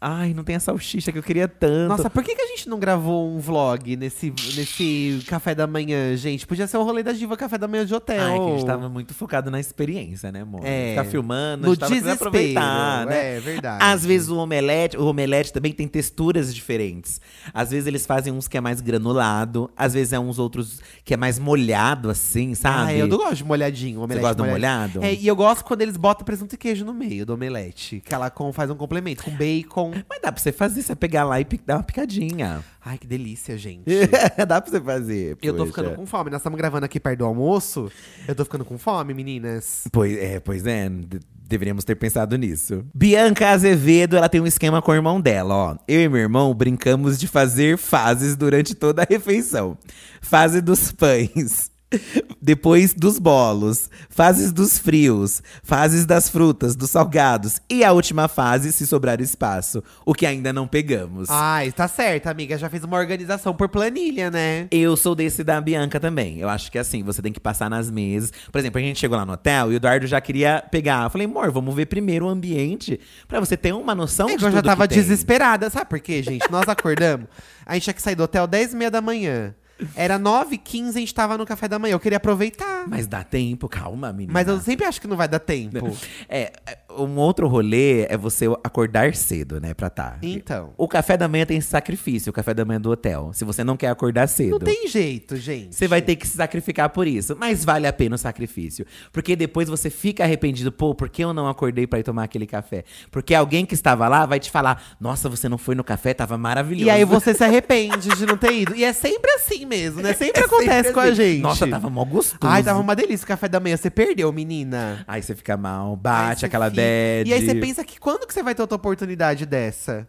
Speaker 2: Ai, não tem a salsicha que eu queria tanto.
Speaker 1: Nossa, por que, que a gente não gravou um vlog nesse, nesse café da manhã, gente? Podia ser o rolê da diva café da manhã de hotel.
Speaker 2: Ai, que a gente tava muito focado na experiência, né, amor?
Speaker 1: É.
Speaker 2: Ficar filmando, a
Speaker 1: No
Speaker 2: gente tava querendo
Speaker 1: desespero,
Speaker 2: aproveitar, né?
Speaker 1: é verdade.
Speaker 2: Às vezes o omelete, o omelete também tem texturas diferentes. Às vezes eles fazem uns que é mais granulado, às vezes é uns outros que é mais molhado, assim, sabe?
Speaker 1: Ah, eu não gosto de molhadinho. Omelete
Speaker 2: gosta do
Speaker 1: molhado?
Speaker 2: molhado?
Speaker 1: É, e eu gosto quando eles botam presunto e queijo no meio do omelete. Que ela com- faz um complemento com bacon.
Speaker 2: Mas dá pra você fazer, você pegar lá e pic- dar uma picadinha.
Speaker 1: Ai, que delícia, gente.
Speaker 2: dá pra você fazer.
Speaker 1: Eu tô
Speaker 2: poxa.
Speaker 1: ficando com fome. Nós estamos gravando aqui perto do almoço. Eu tô ficando com fome, meninas.
Speaker 2: Pois é, pois é. de- Deveríamos ter pensado nisso. Bianca Azevedo, ela tem um esquema com o irmão dela, ó. Eu e meu irmão brincamos de fazer fases durante toda a refeição. Fase dos pães. Depois dos bolos, fases dos frios, fases das frutas, dos salgados e a última fase, se sobrar espaço, o que ainda não pegamos.
Speaker 1: Ai, tá certo, amiga. Já fez uma organização por planilha, né?
Speaker 2: Eu sou desse da Bianca também. Eu acho que assim, você tem que passar nas mesas. Por exemplo, a gente chegou lá no hotel e o Eduardo já queria pegar. Eu falei, amor, vamos ver primeiro o ambiente pra você ter uma noção
Speaker 1: É
Speaker 2: de
Speaker 1: que eu já
Speaker 2: tudo
Speaker 1: tava
Speaker 2: que tem.
Speaker 1: desesperada, sabe por quê, gente? Nós acordamos, a gente tinha que sair do hotel 10 e meia da manhã. Era 9 h 15 a gente tava no café da manhã. Eu queria aproveitar.
Speaker 2: Mas dá tempo, calma, menina.
Speaker 1: Mas eu sempre acho que não vai dar tempo.
Speaker 2: É, é, um outro rolê é você acordar cedo, né, pra tarde.
Speaker 1: Então.
Speaker 2: O café da manhã tem esse sacrifício, o café da manhã do hotel. Se você não quer acordar cedo.
Speaker 1: Não tem jeito, gente.
Speaker 2: Você vai ter que se sacrificar por isso. Mas vale a pena o sacrifício. Porque depois você fica arrependido. Pô, por que eu não acordei pra ir tomar aquele café? Porque alguém que estava lá vai te falar: Nossa, você não foi no café, tava maravilhoso.
Speaker 1: E aí você se arrepende de não ter ido. E é sempre assim mesmo, né? Sempre acontece
Speaker 2: É Sempre
Speaker 1: com a
Speaker 2: assim.
Speaker 1: gente.
Speaker 2: Nossa, tava mó gostoso.
Speaker 1: Ai, tava uma delícia o café da manhã. Você perdeu, menina.
Speaker 2: Aí você fica mal,
Speaker 1: Aí
Speaker 2: bate
Speaker 1: você
Speaker 2: Ah, aquela
Speaker 1: fica-
Speaker 2: bad.
Speaker 1: E aí você pensa que quando que você vai ter outra oportunidade dessa?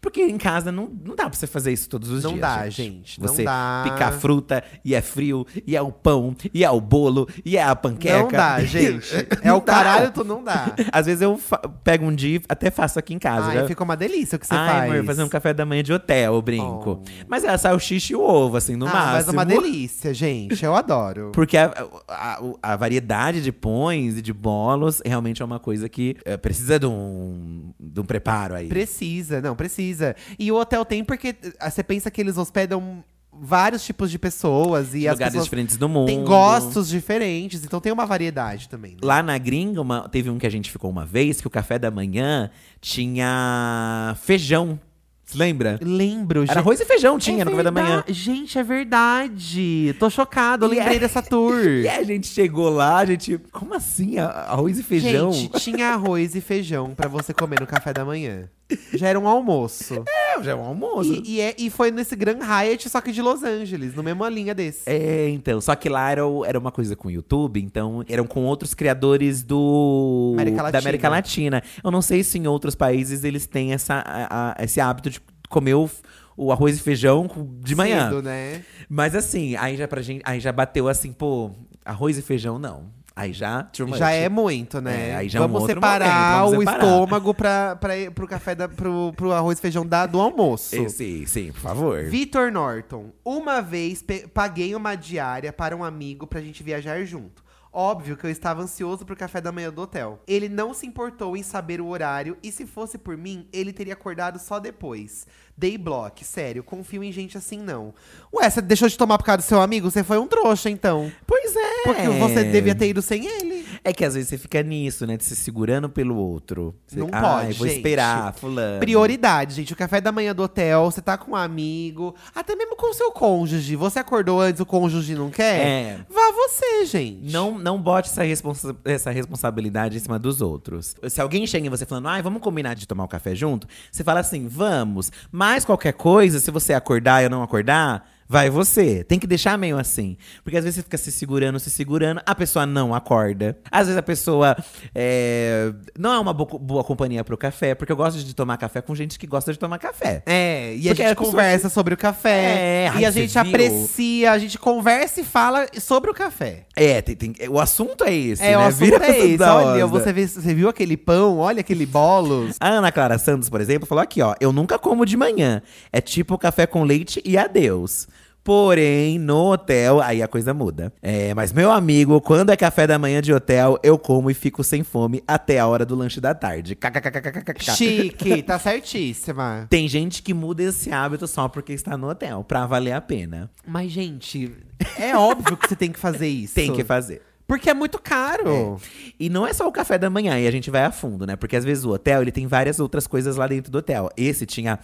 Speaker 2: Porque em casa não, não dá pra você fazer isso todos os
Speaker 1: Não
Speaker 2: dias.
Speaker 1: dá, gente, não
Speaker 2: Você
Speaker 1: dá.
Speaker 2: picar fruta e é frio, e é o pão, e é o bolo, e é a panqueca.
Speaker 1: Não dá, gente. É
Speaker 2: Não
Speaker 1: o
Speaker 2: dá.
Speaker 1: caralho, tu não dá.
Speaker 2: Às vezes eu fa- pego um dia, e até faço aqui em casa.
Speaker 1: Ai,
Speaker 2: né?
Speaker 1: fica uma delícia o que você
Speaker 2: Ai,
Speaker 1: faz.
Speaker 2: amor, fazer um café da manhã de hotel, eu brinco.
Speaker 1: Oh.
Speaker 2: Mas é a salsicha e o ovo, assim, no
Speaker 1: ah,
Speaker 2: máximo.
Speaker 1: mas é uma delícia, gente. Eu adoro.
Speaker 2: Porque a, a- a variedade de pães e de bolos realmente é uma coisa que eh, precisa de um, de um preparo aí.
Speaker 1: Precisa, não, precisa. E o hotel tem porque ah, você pensa que eles hospedam vários tipos de pessoas e as
Speaker 2: lugares
Speaker 1: pessoas
Speaker 2: diferentes do mundo.
Speaker 1: têm gostos diferentes, então tem uma variedade também. né?
Speaker 2: Lá na gringa, uma- teve um que a gente ficou uma vez, que o café da manhã tinha feijão. Se lembra?
Speaker 1: Lembro,
Speaker 2: Era arroz e feijão, tinha
Speaker 1: É
Speaker 2: no café da manhã.
Speaker 1: verdade- Gente, é verdade. Tô chocado, eu
Speaker 2: E
Speaker 1: lembrei
Speaker 2: é-
Speaker 1: dessa tour.
Speaker 2: E a gente chegou lá, a gente. Como assim? a- Arroz e feijão?
Speaker 1: Gente, tinha arroz e feijão pra você comer no café da manhã. Já era um almoço.
Speaker 2: É, já é um almoço.
Speaker 1: E, e é- e foi nesse Grand Hyatt, só que de Los Angeles, no mesma linha desse.
Speaker 2: É, então. Só que lá era, o- era uma coisa com o YouTube, então eram com outros criadores do
Speaker 1: América Latina.
Speaker 2: da América Latina. Eu não sei se em outros países eles têm essa, a- a- esse hábito de comer o, f- o arroz e feijão com- de manhã.
Speaker 1: Cedo, né?
Speaker 2: Mas assim, aí já pra gente, aí já bateu assim, pô, arroz e feijão não. Aí já, too much.
Speaker 1: Já é muito, né?
Speaker 2: É, aí já é um
Speaker 1: vamos,
Speaker 2: outro
Speaker 1: separar
Speaker 2: momento, vamos
Speaker 1: o
Speaker 2: separar.
Speaker 1: estômago pra, pra, pro café da, pro, pro arroz e feijão da, do almoço.
Speaker 2: Eh, Sim, sim, por favor.
Speaker 1: Vitor Norton, uma vez pe- paguei uma diária para um amigo pra gente viajar junto. Óbvio que eu estava ansioso pro café da manhã do hotel. Ele não se importou em saber o horário e se fosse por mim, ele teria acordado só depois. Dei block, sério, confio em gente assim não. Ué, você deixou de tomar por causa do seu amigo? Você foi um trouxa então.
Speaker 2: Pois é.
Speaker 1: Porque você devia ter ido sem ele.
Speaker 2: É que às vezes você fica nisso, né? De se segurando pelo outro. Você,
Speaker 1: Não
Speaker 2: "Ai,
Speaker 1: pode,
Speaker 2: vou
Speaker 1: gente.
Speaker 2: esperar, fulano.
Speaker 1: Prioridade, gente. O café da manhã do hotel, você tá com um amigo, até mesmo com o seu cônjuge. Você acordou antes, o cônjuge não quer?
Speaker 2: É.
Speaker 1: Vá você, gente.
Speaker 2: Não, não bote essa, responsa- essa responsabilidade em cima dos outros. Se alguém chega em você falando, ai, vamos combinar de tomar um café junto, você fala assim, vamos. Mas qualquer coisa, se você acordar e eu não acordar, vai você. Tem que deixar meio assim. Porque às vezes você fica se segurando, se segurando, a pessoa não acorda. Às vezes a pessoa é, não é uma bo- boa companhia pro café, porque eu gosto de tomar café com gente que gosta de tomar café.
Speaker 1: É, e
Speaker 2: Porque
Speaker 1: a
Speaker 2: a
Speaker 1: gente
Speaker 2: pessoa
Speaker 1: conversa sobre o café.
Speaker 2: É,
Speaker 1: e
Speaker 2: ai,
Speaker 1: a
Speaker 2: você
Speaker 1: gente
Speaker 2: viu?
Speaker 1: aprecia, a gente conversa e fala sobre o café.
Speaker 2: É, tem- tem- o assunto é esse,
Speaker 1: é,
Speaker 2: né?
Speaker 1: o assunto
Speaker 2: Vira
Speaker 1: é
Speaker 2: assunto
Speaker 1: esse.
Speaker 2: da
Speaker 1: Olha,
Speaker 2: onda.
Speaker 1: você, vê- você viu aquele pão? Olha aquele bolos.
Speaker 2: A Ana Clara Santos, por exemplo, falou aqui, ó. Eu nunca como de manhã. É tipo café com leite e adeus. Porém, no hotel, aí a coisa muda. É, mas meu amigo, quando é café da manhã de hotel, eu como e fico sem fome até a hora do lanche da tarde. KKKKKKK.
Speaker 1: Chique, tá certíssima.
Speaker 2: Tem gente que muda esse hábito só porque está no hotel, pra valer a pena.
Speaker 1: Mas, gente, é óbvio que você tem que fazer isso.
Speaker 2: Tem que fazer.
Speaker 1: Porque é muito caro.
Speaker 2: E não é só o café da manhã, e a gente vai a fundo, né? Porque às vezes o hotel, ele tem várias outras coisas lá dentro do hotel. Esse tinha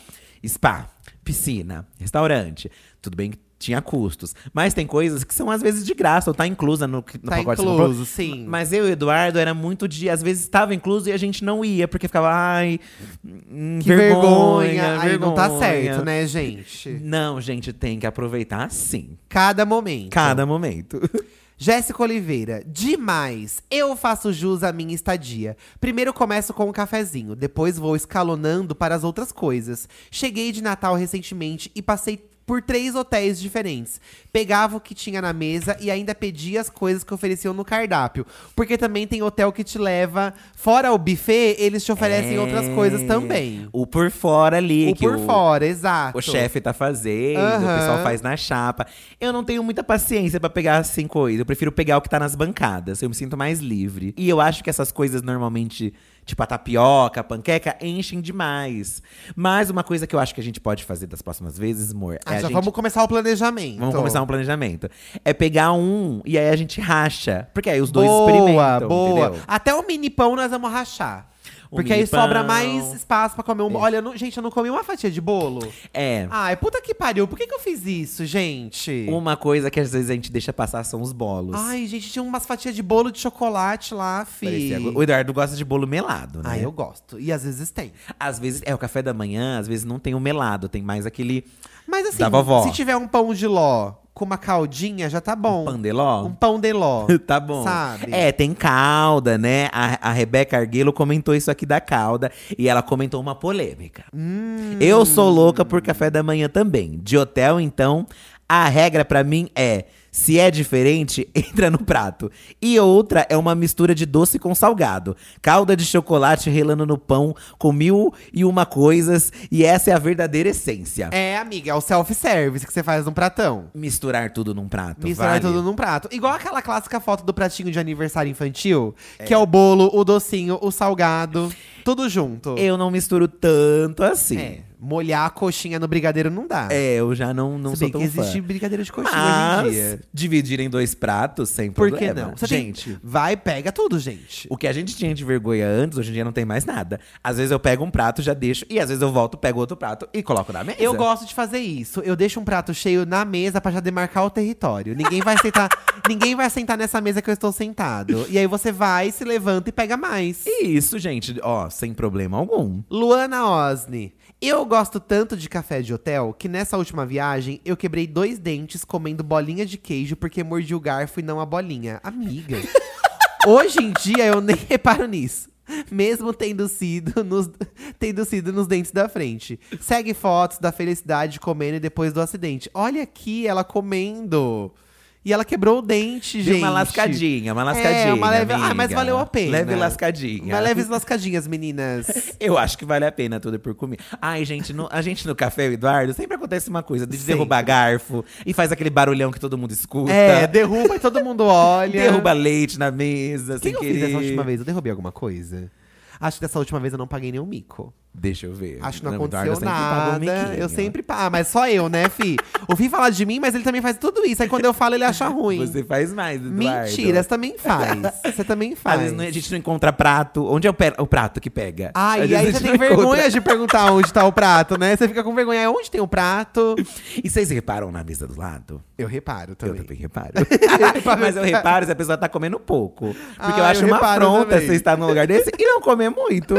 Speaker 2: spa, piscina, restaurante. Tudo bem que tinha custos. Mas tem coisas que são às vezes de graça, ou tá inclusa no, no
Speaker 1: Tá
Speaker 2: pacote que você comprou.
Speaker 1: incluso, sim.
Speaker 2: Mas eu e o Eduardo era muito de. Às vezes estava incluso e a gente não ia, porque ficava, ai. hum,
Speaker 1: que vergonha.
Speaker 2: vergonha
Speaker 1: Aí não tá
Speaker 2: vergonha."
Speaker 1: certo, né, gente?
Speaker 2: Não, gente, tem que aproveitar sim.
Speaker 1: Cada momento.
Speaker 2: Cada momento.
Speaker 1: Jéssica Oliveira, demais! Eu faço jus à minha estadia. Primeiro começo com um cafezinho, depois vou escalonando para as outras coisas. Cheguei de Natal recentemente e passei por três hotéis diferentes. Pegava o que tinha na mesa e ainda pedia as coisas que ofereciam no cardápio. Porque também tem hotel que te leva. Fora o buffet, eles te oferecem
Speaker 2: É.
Speaker 1: outras coisas também.
Speaker 2: O por fora ali.
Speaker 1: O
Speaker 2: que
Speaker 1: por fora, exato.
Speaker 2: O chefe tá fazendo,
Speaker 1: Aham.
Speaker 2: o pessoal faz na chapa. Eu não tenho muita paciência pra pegar assim coisa. Eu prefiro pegar o que tá nas bancadas. Eu me sinto mais livre. E eu acho que essas coisas normalmente, tipo a tapioca, a panqueca, enchem demais. Mas uma coisa que eu acho que a gente pode fazer das próximas vezes, amor,
Speaker 1: Ah,
Speaker 2: é a
Speaker 1: já
Speaker 2: gente.
Speaker 1: vamos começar o planejamento.
Speaker 2: Vamos começar um planejamento. É pegar um e aí a gente racha. Porque aí os dois
Speaker 1: boa,
Speaker 2: experimentam.
Speaker 1: Boa,
Speaker 2: entendeu?
Speaker 1: Até o mini pão nós vamos rachar.
Speaker 2: O
Speaker 1: Porque aí
Speaker 2: mini
Speaker 1: sobra
Speaker 2: pão.
Speaker 1: mais espaço pra comer um. Olha, eu não- gente, eu não comi uma fatia de bolo.
Speaker 2: É.
Speaker 1: Ai, puta que pariu. Por que, que eu fiz isso, gente?
Speaker 2: Uma coisa que às vezes a gente deixa passar são os bolos.
Speaker 1: Ai, gente, tinha umas fatias de bolo de chocolate lá, fi.
Speaker 2: Parecia- né? O Eduardo gosta de bolo melado, né?
Speaker 1: Ai, Ah, eu gosto. E às vezes tem.
Speaker 2: Às vezes, é o café da manhã, às vezes não tem o melado, tem mais aquele
Speaker 1: Mas assim,
Speaker 2: Da vovó.
Speaker 1: se tiver um pão de ló com uma caldinha, já tá bom.
Speaker 2: pandeló.
Speaker 1: Um pão de ló.
Speaker 2: tá bom.
Speaker 1: Sabe?
Speaker 2: É, tem calda, né? A, a Rebeca Arguello comentou isso aqui da calda e ela comentou uma polêmica.
Speaker 1: Hum.
Speaker 2: Eu sou louca por café da manhã também. De hotel, então, a regra pra mim é. Se é diferente, entra no prato. E outra é uma mistura de doce com salgado. Calda de chocolate relando no pão com mil e uma coisas. E essa é a verdadeira essência.
Speaker 1: É, amiga, é o self-service que você faz num pratão.
Speaker 2: Misturar tudo num prato.
Speaker 1: Misturar
Speaker 2: Então vale?
Speaker 1: tudo num prato. Igual aquela clássica foto do pratinho de aniversário infantil, que é o bolo, o docinho, o salgado, tudo junto.
Speaker 2: Eu não misturo tanto assim.
Speaker 1: É. Molhar a coxinha no brigadeiro não dá.
Speaker 2: É, eu já não, não
Speaker 1: Se
Speaker 2: sou
Speaker 1: bem
Speaker 2: tão
Speaker 1: que
Speaker 2: fã.
Speaker 1: existe brigadeiro de coxinha hoje em
Speaker 2: Mas
Speaker 1: dia.
Speaker 2: dividir em dois pratos sem
Speaker 1: Por que
Speaker 2: problema.
Speaker 1: não? Você tem-
Speaker 2: gente,
Speaker 1: vai, pega tudo, gente.
Speaker 2: o que a gente tinha de vergonha antes, hoje em dia não tem mais nada. Às vezes eu pego um prato, já deixo. E às vezes eu volto, pego outro prato e coloco na mesa.
Speaker 1: Eu gosto de fazer isso. Eu deixo um prato cheio na mesa pra já demarcar o território. Ninguém vai sentar, ninguém vai sentar nessa mesa que eu estou sentado. E aí você vai, se levanta e pega mais.
Speaker 2: E isso, gente, ó, sem problema algum.
Speaker 1: Luana Osni. Eu gosto tanto de café de hotel que nessa última viagem eu quebrei dois dentes comendo bolinha de queijo porque mordi o garfo e não a bolinha. Amiga. Hoje em dia eu nem reparo nisso. Mesmo tendo sido, nos, tendo sido nos dentes da frente. Segue fotos da felicidade comendo e depois do acidente. Olha aqui ela comendo. E ela quebrou o dente,
Speaker 2: Deu
Speaker 1: gente.
Speaker 2: uma lascadinha, uma lascadinha.
Speaker 1: É, uma leve-
Speaker 2: amiga.
Speaker 1: Ah, mas valeu a pena.
Speaker 2: Leve lascadinha.
Speaker 1: Mas leves lascadinhas, meninas.
Speaker 2: Eu acho que vale a pena tudo por comer. Ai, gente, no- a gente no café, o Eduardo, sempre acontece uma coisa: de
Speaker 1: Sempre.
Speaker 2: derrubar garfo e faz aquele barulhão que todo mundo escuta.
Speaker 1: É, derruba e todo mundo olha.
Speaker 2: derruba leite na mesa,
Speaker 1: Quem
Speaker 2: sem
Speaker 1: eu fiz
Speaker 2: querer.
Speaker 1: dessa última vez? Eu derrubei alguma coisa? Acho que dessa última vez eu não paguei nenhum mico.
Speaker 2: Deixa eu ver.
Speaker 1: Acho que não,
Speaker 2: O Eduardo
Speaker 1: aconteceu
Speaker 2: sempre paga um
Speaker 1: nada.
Speaker 2: miquinho.
Speaker 1: eu sempre pago. Ah, mas só eu, né, Fi? o Fi fala de mim, mas ele também faz tudo isso. Aí quando eu falo, ele acha ruim.
Speaker 2: Você faz mais, Eduardo.
Speaker 1: Mentira, você também faz. Você também
Speaker 2: Às
Speaker 1: faz.
Speaker 2: vezes não- é a gente não encontra prato. Onde é o, pe- o prato que pega?
Speaker 1: Ah,
Speaker 2: Às
Speaker 1: e
Speaker 2: vezes a
Speaker 1: aí você
Speaker 2: gente
Speaker 1: tem
Speaker 2: não encontra.
Speaker 1: vergonha de perguntar onde tá o prato, né? Você fica com vergonha. "É, Onde tem o prato?
Speaker 2: E vocês reparam na mesa do lado?
Speaker 1: Eu reparo
Speaker 2: Eu
Speaker 1: também.
Speaker 2: também reparo. Mas eu reparo se a pessoa tá comendo pouco. Porque eu
Speaker 1: Ah,
Speaker 2: acho
Speaker 1: eu
Speaker 2: uma
Speaker 1: reparo
Speaker 2: afronta
Speaker 1: também.
Speaker 2: você estar num lugar desse e não comer muito.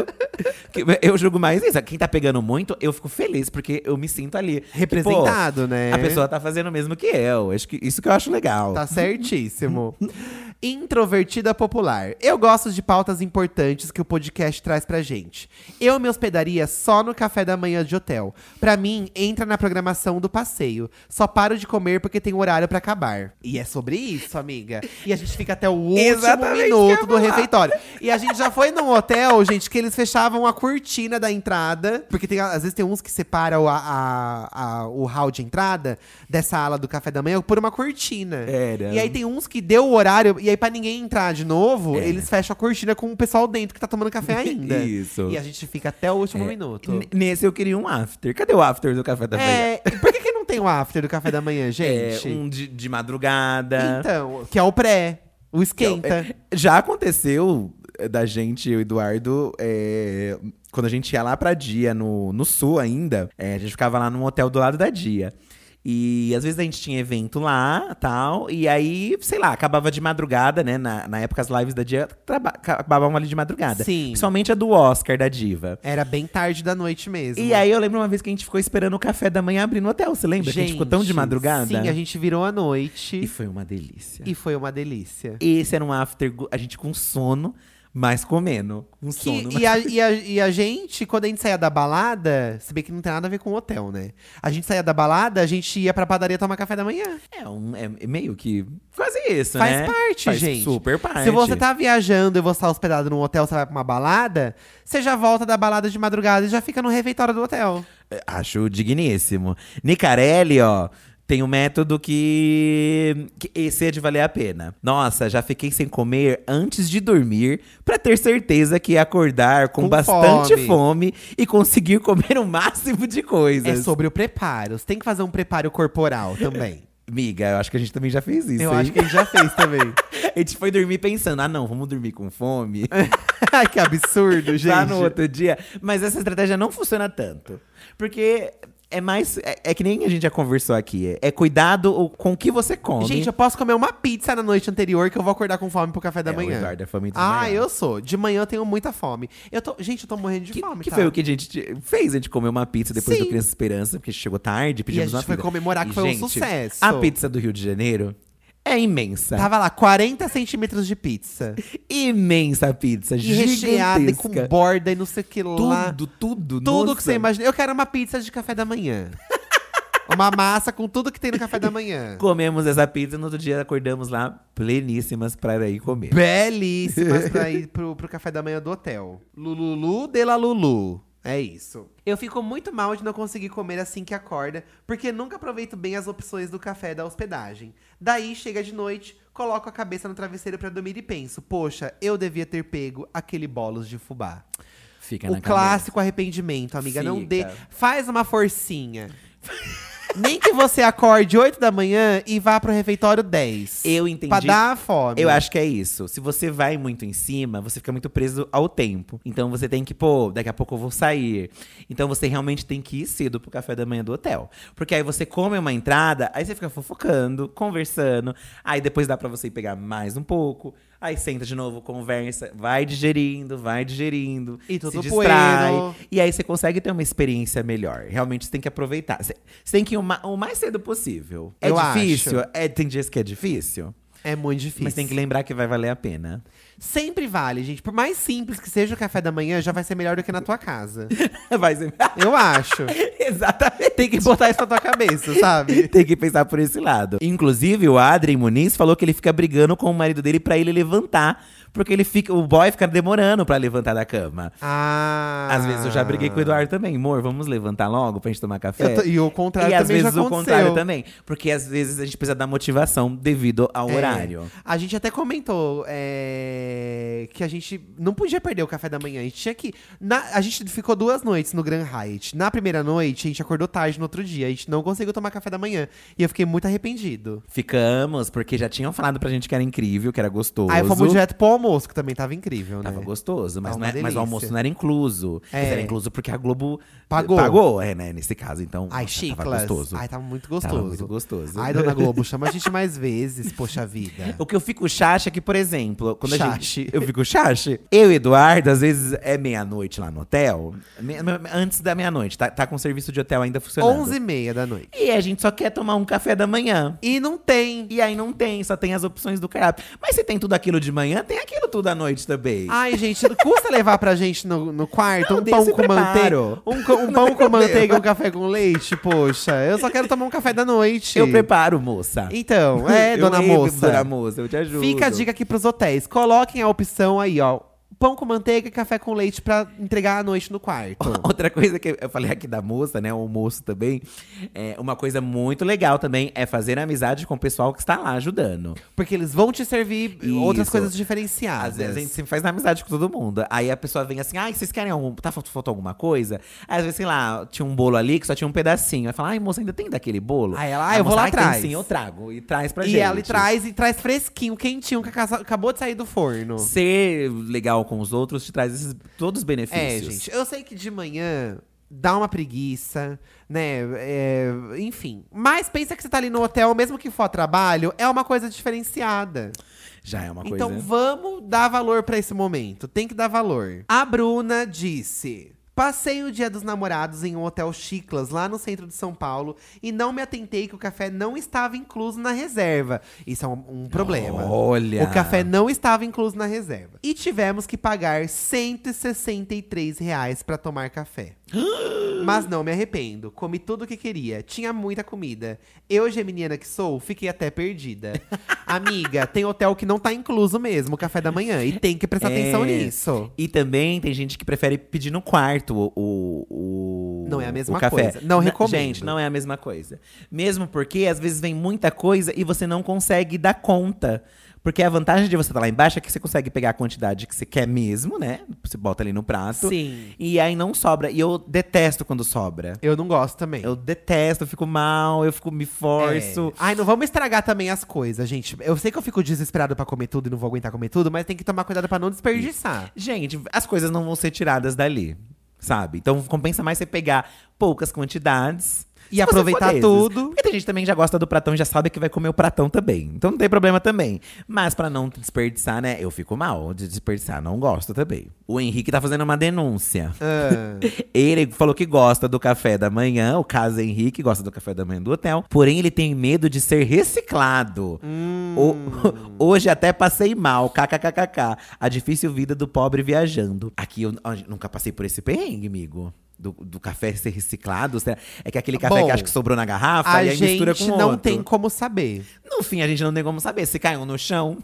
Speaker 2: Que- Eu julgo mais isso. Quem tá pegando muito, eu fico feliz, porque eu me sinto ali. Que, pô,
Speaker 1: Representado, né?
Speaker 2: A pessoa tá fazendo o mesmo que eu. Acho que, isso que eu acho legal.
Speaker 1: Tá certíssimo. Introvertida popular. Eu gosto de pautas importantes que o podcast traz pra gente. Eu me hospedaria só no café da manhã de hotel. Pra mim, entra na programação do passeio. Só paro de comer porque tem horário pra acabar. E é sobre isso, amiga. E a gente fica até o último
Speaker 2: Exatamente
Speaker 1: minuto
Speaker 2: que
Speaker 1: do
Speaker 2: eu ia falar.
Speaker 1: refeitório. E a gente já foi num hotel, gente, que eles fechavam a cortina da entrada. Porque tem, às vezes tem uns que separam a, a- a- o hall de entrada dessa ala do café da manhã por uma cortina.
Speaker 2: Era.
Speaker 1: E aí tem uns que deu o horário, e aí pra ninguém entrar de novo,
Speaker 2: É.
Speaker 1: eles fecham a cortina com o pessoal dentro que tá tomando café ainda.
Speaker 2: Isso. É.
Speaker 1: E a gente fica até o último minuto.
Speaker 2: N- Nesse eu queria um after. Cadê o after do café da manhã?
Speaker 1: É, por que, que não tem o after do café da manhã, gente?
Speaker 2: É, um de, de madrugada.
Speaker 1: Então, que é o pré, o esquenta.
Speaker 2: É, Já aconteceu é, da gente, eu e o Eduardo, é, quando a gente ia lá pra Dia, no, no Sul ainda, é, a gente ficava lá num hotel do lado da Dia. E às vezes a gente tinha evento lá tal. E aí, sei lá, acabava de madrugada, né? Na, na época as lives da Dia traba- ca- acabavam ali de madrugada.
Speaker 1: Sim.
Speaker 2: Principalmente a do Oscar da Diva.
Speaker 1: Era bem tarde da noite mesmo.
Speaker 2: E aí eu lembro uma vez que a gente ficou esperando o café da manhã abrir no hotel. Você lembra? que a gente ficou tão de madrugada?
Speaker 1: Sim, a gente virou à noite.
Speaker 2: E foi uma delícia.
Speaker 1: E foi uma delícia.
Speaker 2: Esse era um after, go- a gente com sono, mas comendo. Com sono.
Speaker 1: Que- e, a, e a- e a gente, quando a gente saía da balada, se bem que não tem nada a ver com hotel, né? A gente saía da balada, a gente ia pra padaria tomar café da manhã.
Speaker 2: mas- É, um, é meio que quase isso,
Speaker 1: Faz
Speaker 2: né?
Speaker 1: parte,
Speaker 2: Faz
Speaker 1: gente.
Speaker 2: super parte.
Speaker 1: Se você tá viajando e você tá hospedado num hotel, você vai pra uma balada, você já volta da balada de madrugada e já fica no refeitório do hotel.
Speaker 2: É, Acho digníssimo. Nicarelli, ó. Tem um método que, que esse é de valer a pena. Nossa, já fiquei sem comer antes de dormir pra ter certeza que ia acordar com,
Speaker 1: Com
Speaker 2: bastante
Speaker 1: fome.
Speaker 2: fome. e conseguir comer o máximo de
Speaker 1: É
Speaker 2: coisas.
Speaker 1: sobre o preparo. Você tem que fazer um preparo corporal também.
Speaker 2: Miga, eu acho que a gente também já fez isso.
Speaker 1: Eu
Speaker 2: hein?
Speaker 1: acho que a gente já fez também.
Speaker 2: A gente foi dormir pensando, ah não, vamos dormir com fome.
Speaker 1: Ai, que absurdo, É, gente.
Speaker 2: Já Tá no outro dia. Mas essa estratégia não funciona tanto. Porque é mais. É, é que nem a gente já conversou aqui. É, é cuidado o- com o que você come.
Speaker 1: Gente, eu posso comer uma pizza na noite anterior que eu vou acordar com fome pro café da
Speaker 2: É, o
Speaker 1: manhã.
Speaker 2: Eduardo é faminto de
Speaker 1: Ah,
Speaker 2: manhã.
Speaker 1: eu sou. De manhã eu tenho muita fome. Eu tô, gente, eu tô morrendo de
Speaker 2: que,
Speaker 1: fome,
Speaker 2: que
Speaker 1: tá?
Speaker 2: foi o que a gente te- fez? A gente comeu uma pizza depois
Speaker 1: Sim.
Speaker 2: do Criança Esperança, porque chegou tarde, pedimos
Speaker 1: gente
Speaker 2: uma
Speaker 1: foi
Speaker 2: pizza.
Speaker 1: comemorar que
Speaker 2: E,
Speaker 1: foi um
Speaker 2: gente,
Speaker 1: sucesso. Tá.
Speaker 2: A pizza do Rio de Janeiro é imensa.
Speaker 1: Tava lá, 40 centímetros de pizza.
Speaker 2: Imensa a pizza,
Speaker 1: E recheada e com
Speaker 2: gigantesca.
Speaker 1: borda e não sei o que lá.
Speaker 2: Tudo, tudo,
Speaker 1: Tudo
Speaker 2: nossa.
Speaker 1: que você imagina. Eu quero uma pizza de café da manhã. uma massa com tudo que tem no café da manhã.
Speaker 2: Comemos essa pizza e no outro dia acordamos lá pleníssimas para ir comer.
Speaker 1: belíssimas pra ir pro, pro café da manhã do hotel. Lululu de la Lulu. É isso. Eu fico muito mal de não conseguir comer assim que acorda, porque nunca aproveito bem as opções do café da hospedagem. Daí chega de noite, coloco a cabeça no travesseiro pra dormir e penso: poxa, eu devia ter pego aquele bolos de fubá.
Speaker 3: Fica
Speaker 1: O
Speaker 3: na cabeça.
Speaker 1: clássico arrependimento, amiga. Não dê.
Speaker 3: Fica.
Speaker 1: Faz uma forcinha. Nem que você acorde 8 da manhã e vá pro refeitório 10.
Speaker 2: Eu entendi.
Speaker 1: Pra dar a fome.
Speaker 2: Eu acho que é isso. Se você vai muito em cima, você fica muito preso ao tempo. Então você tem que, pô, daqui a pouco eu vou sair. Então você realmente tem que ir cedo pro café da manhã do hotel. Porque aí você come uma entrada, aí você fica fofocando, conversando. Aí depois dá pra você ir pegar mais um pouco. Aí senta de novo, conversa, vai digerindo, vai digerindo.
Speaker 1: E tudo
Speaker 2: se distrai.
Speaker 1: bueno.
Speaker 2: E aí você consegue ter uma experiência melhor. Realmente você tem que aproveitar. Você você tem que ir o ma- o mais cedo possível. É
Speaker 1: Eu
Speaker 2: difícil? É, tem dias que é difícil?
Speaker 1: É muito difícil.
Speaker 2: Mas tem que lembrar que vai valer a pena.
Speaker 1: Sempre vale, gente. Por mais simples que seja o café da manhã, já vai ser melhor do que na tua casa.
Speaker 2: Vai ser.
Speaker 1: Eu acho.
Speaker 2: Exatamente.
Speaker 1: tem que botar isso na tua cabeça, sabe?
Speaker 2: Tem que pensar por esse lado. Inclusive, o Adrien Muniz falou que ele fica brigando com o marido dele pra ele levantar. Porque ele fica, o boy fica demorando pra levantar da cama.
Speaker 1: Ah.
Speaker 2: Às vezes eu já briguei com o Eduardo também. Amor, vamos levantar logo pra gente tomar café?
Speaker 1: Eu tô- e o contrário
Speaker 2: E às
Speaker 1: também já
Speaker 2: vezes o
Speaker 1: aconteceu.
Speaker 2: contrário também. Porque às vezes a gente precisa da motivação devido ao
Speaker 1: É.
Speaker 2: horário.
Speaker 1: A gente até comentou é, que a gente não podia perder o café da manhã. A gente tinha que. na- a gente ficou duas noites no Grand Hyatt. Na primeira noite, a gente acordou tarde no outro dia. A gente não conseguiu tomar café da manhã. E eu fiquei muito arrependido.
Speaker 2: Ficamos, porque já tinham falado pra gente que era incrível, que era gostoso.
Speaker 1: Aí fomos direto pro almoço, que também tava incrível, né?
Speaker 2: Tava gostoso, mas,
Speaker 1: Tava uma
Speaker 2: não era- mas o
Speaker 1: delícia.
Speaker 2: almoço não era incluso.
Speaker 1: É.
Speaker 2: Mas era incluso porque a Globo
Speaker 1: Pagou.
Speaker 2: Pagou, é, né? Nesse caso, então.
Speaker 1: Ai,
Speaker 2: nossa,
Speaker 1: chiclas.
Speaker 2: Tava gostoso.
Speaker 1: Ai, tava muito
Speaker 2: Tava
Speaker 1: gostoso.
Speaker 2: muito gostoso.
Speaker 1: Ai, Dona Globo, chama a gente mais vezes, poxa vida.
Speaker 2: O que eu fico chacha é que, por exemplo, quando a
Speaker 1: Chache.
Speaker 2: gente. Eu fico chache. Eu e Eduardo, às vezes é meia-noite lá no hotel. me- me- Antes da meia-noite, tá, tá com o serviço de hotel ainda funcionando.
Speaker 1: 11 e meia da noite.
Speaker 2: E a gente só quer tomar um café da manhã.
Speaker 1: E não tem.
Speaker 2: E aí não tem, só tem as opções do cardápio. Mas se tem tudo aquilo de manhã, tem aquilo tudo à noite também.
Speaker 1: Ai, gente, não custa levar pra gente no, no quarto
Speaker 2: Não,
Speaker 1: Ah, um
Speaker 2: desse
Speaker 1: pão com
Speaker 2: preparo.
Speaker 1: manteiga. Um, co- um pão
Speaker 2: Não tem
Speaker 1: com manteiga e
Speaker 2: problema.
Speaker 1: um café com leite, poxa. Eu só quero tomar um café da noite.
Speaker 2: Eu preparo, moça.
Speaker 1: Então, é,
Speaker 2: Eu
Speaker 1: dona
Speaker 2: lembro,
Speaker 1: moça.
Speaker 2: Dona moça, eu te ajudo.
Speaker 1: Fica a dica aqui pros hotéis. Coloquem a opção aí, ó. Pão com manteiga e café com leite pra entregar à noite no quarto.
Speaker 2: Outra coisa que eu falei aqui da moça, né? O moço também. É, uma coisa muito legal também é fazer amizade com o pessoal que está lá ajudando.
Speaker 1: Porque eles vão te servir outras
Speaker 2: Isso.
Speaker 1: coisas diferenciadas.
Speaker 2: Às vezes a gente sempre faz amizade com todo mundo. Aí a pessoa vem assim, ai, vocês querem algum. Tá falt- faltou alguma coisa? Aí, às vezes, sei lá, tinha um bolo ali que só tinha um pedacinho. Aí fala, ai, moça, ainda tem daquele bolo?
Speaker 1: Aí ela, "Ah,
Speaker 2: A
Speaker 1: eu vou
Speaker 2: moça,
Speaker 1: lá
Speaker 2: "Ai, tem
Speaker 1: atrás."
Speaker 2: Sim, eu trago. E traz pra
Speaker 1: e
Speaker 2: gente.
Speaker 1: ela traz e traz fresquinho, quentinho, que aca- acabou de sair do forno.
Speaker 2: Ser legal com os outros te traz esses, todos os
Speaker 1: É,
Speaker 2: benefícios.
Speaker 1: gente, eu sei que de manhã dá uma preguiça, né? é, enfim. Mas pensa que você tá ali no hotel, mesmo que for a trabalho, é uma coisa diferenciada.
Speaker 2: Já é uma coisa.
Speaker 1: Então vamos dar valor pra esse momento. Tem que dar valor. A Bruna disse. Passei o dia dos namorados em um hotel Chiclas, lá no centro de São Paulo, e não me atentei que o café não estava incluso na reserva. Isso é um, um problema.
Speaker 2: Olha!
Speaker 1: O café não estava incluso na reserva. E tivemos que pagar R$ 163 reais pra tomar café. Mas não me arrependo. Comi tudo o que queria. Tinha muita comida. Eu, geminiana que sou, fiquei até perdida. Amiga, tem hotel que não tá incluso mesmo, o café da manhã. E tem que prestar
Speaker 2: É.
Speaker 1: atenção nisso.
Speaker 2: E também tem gente que prefere pedir no quarto o, o, o-
Speaker 1: Não é a mesma
Speaker 2: o café.
Speaker 1: coisa. Não
Speaker 2: Na-
Speaker 1: recomendo.
Speaker 2: Gente, não é a mesma coisa. Mesmo porque às vezes vem muita coisa e você não consegue dar conta. Porque a vantagem de você estar lá embaixo é que você consegue pegar a quantidade que você quer mesmo, né? Você bota ali no prato.
Speaker 1: Sim.
Speaker 2: E aí não sobra. E eu detesto quando sobra.
Speaker 1: Eu não gosto também.
Speaker 2: Eu detesto, eu fico mal, eu fico me forço.
Speaker 1: É. Ai, não vamos estragar também as coisas, gente. Eu sei que eu fico desesperado pra comer tudo e não vou aguentar comer tudo, mas tem que tomar cuidado pra não desperdiçar.
Speaker 2: Gente, as coisas não vão ser tiradas dali, sabe? Então compensa mais você pegar poucas quantidades.
Speaker 1: E
Speaker 2: se você for
Speaker 1: aproveitar
Speaker 2: desses.
Speaker 1: tudo.
Speaker 2: Porque tem gente também que já gosta do pratão e já sabe que vai comer o pratão também. Então não tem problema também. Mas pra não desperdiçar, né? Eu fico mal de desperdiçar, não gosto também. O Henrique tá fazendo uma denúncia.
Speaker 1: Ah.
Speaker 2: Ele falou que gosta do café da manhã, o caso Henrique gosta do café da manhã do hotel, porém ele tem medo de ser reciclado.
Speaker 1: Hum.
Speaker 2: O- hoje até passei mal, kkkk. A difícil vida do pobre viajando. Aqui eu, ó, nunca passei por esse perrengue, amigo. Do, do café ser reciclado, será? é que aquele café
Speaker 1: Bom,
Speaker 2: que acho que sobrou na garrafa
Speaker 1: a
Speaker 2: e aí mistura
Speaker 1: gente
Speaker 2: com
Speaker 1: não
Speaker 2: outro.
Speaker 1: tem como saber.
Speaker 2: No fim, a gente não tem como saber se caiu no chão.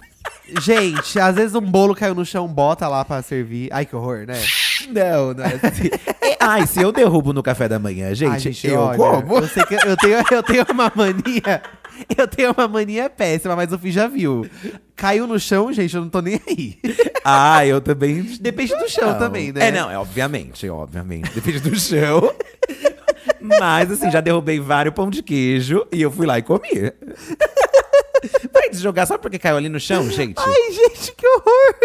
Speaker 1: Gente, às vezes um bolo caiu no chão, bota lá pra servir. Ai, que horror, né?
Speaker 2: Não, não é assim. E- Ai, se eu derrubo no café da manhã, gente,
Speaker 1: Ai,
Speaker 2: eu
Speaker 1: olha,
Speaker 2: como?
Speaker 1: Eu, sei que eu tenho, eu tenho uma mania. Eu tenho uma mania péssima, mas o Fih já viu. Caiu no chão, gente, eu não tô nem aí.
Speaker 2: Ah, eu também.
Speaker 1: Depende do chão também, né?
Speaker 2: É, não, é obviamente, obviamente. Depende do chão. Mas, assim, já derrubei vários pão de queijo e eu fui lá e comi. Vai desjogar só porque caiu ali no chão, gente?
Speaker 1: Ai, gente, que horror!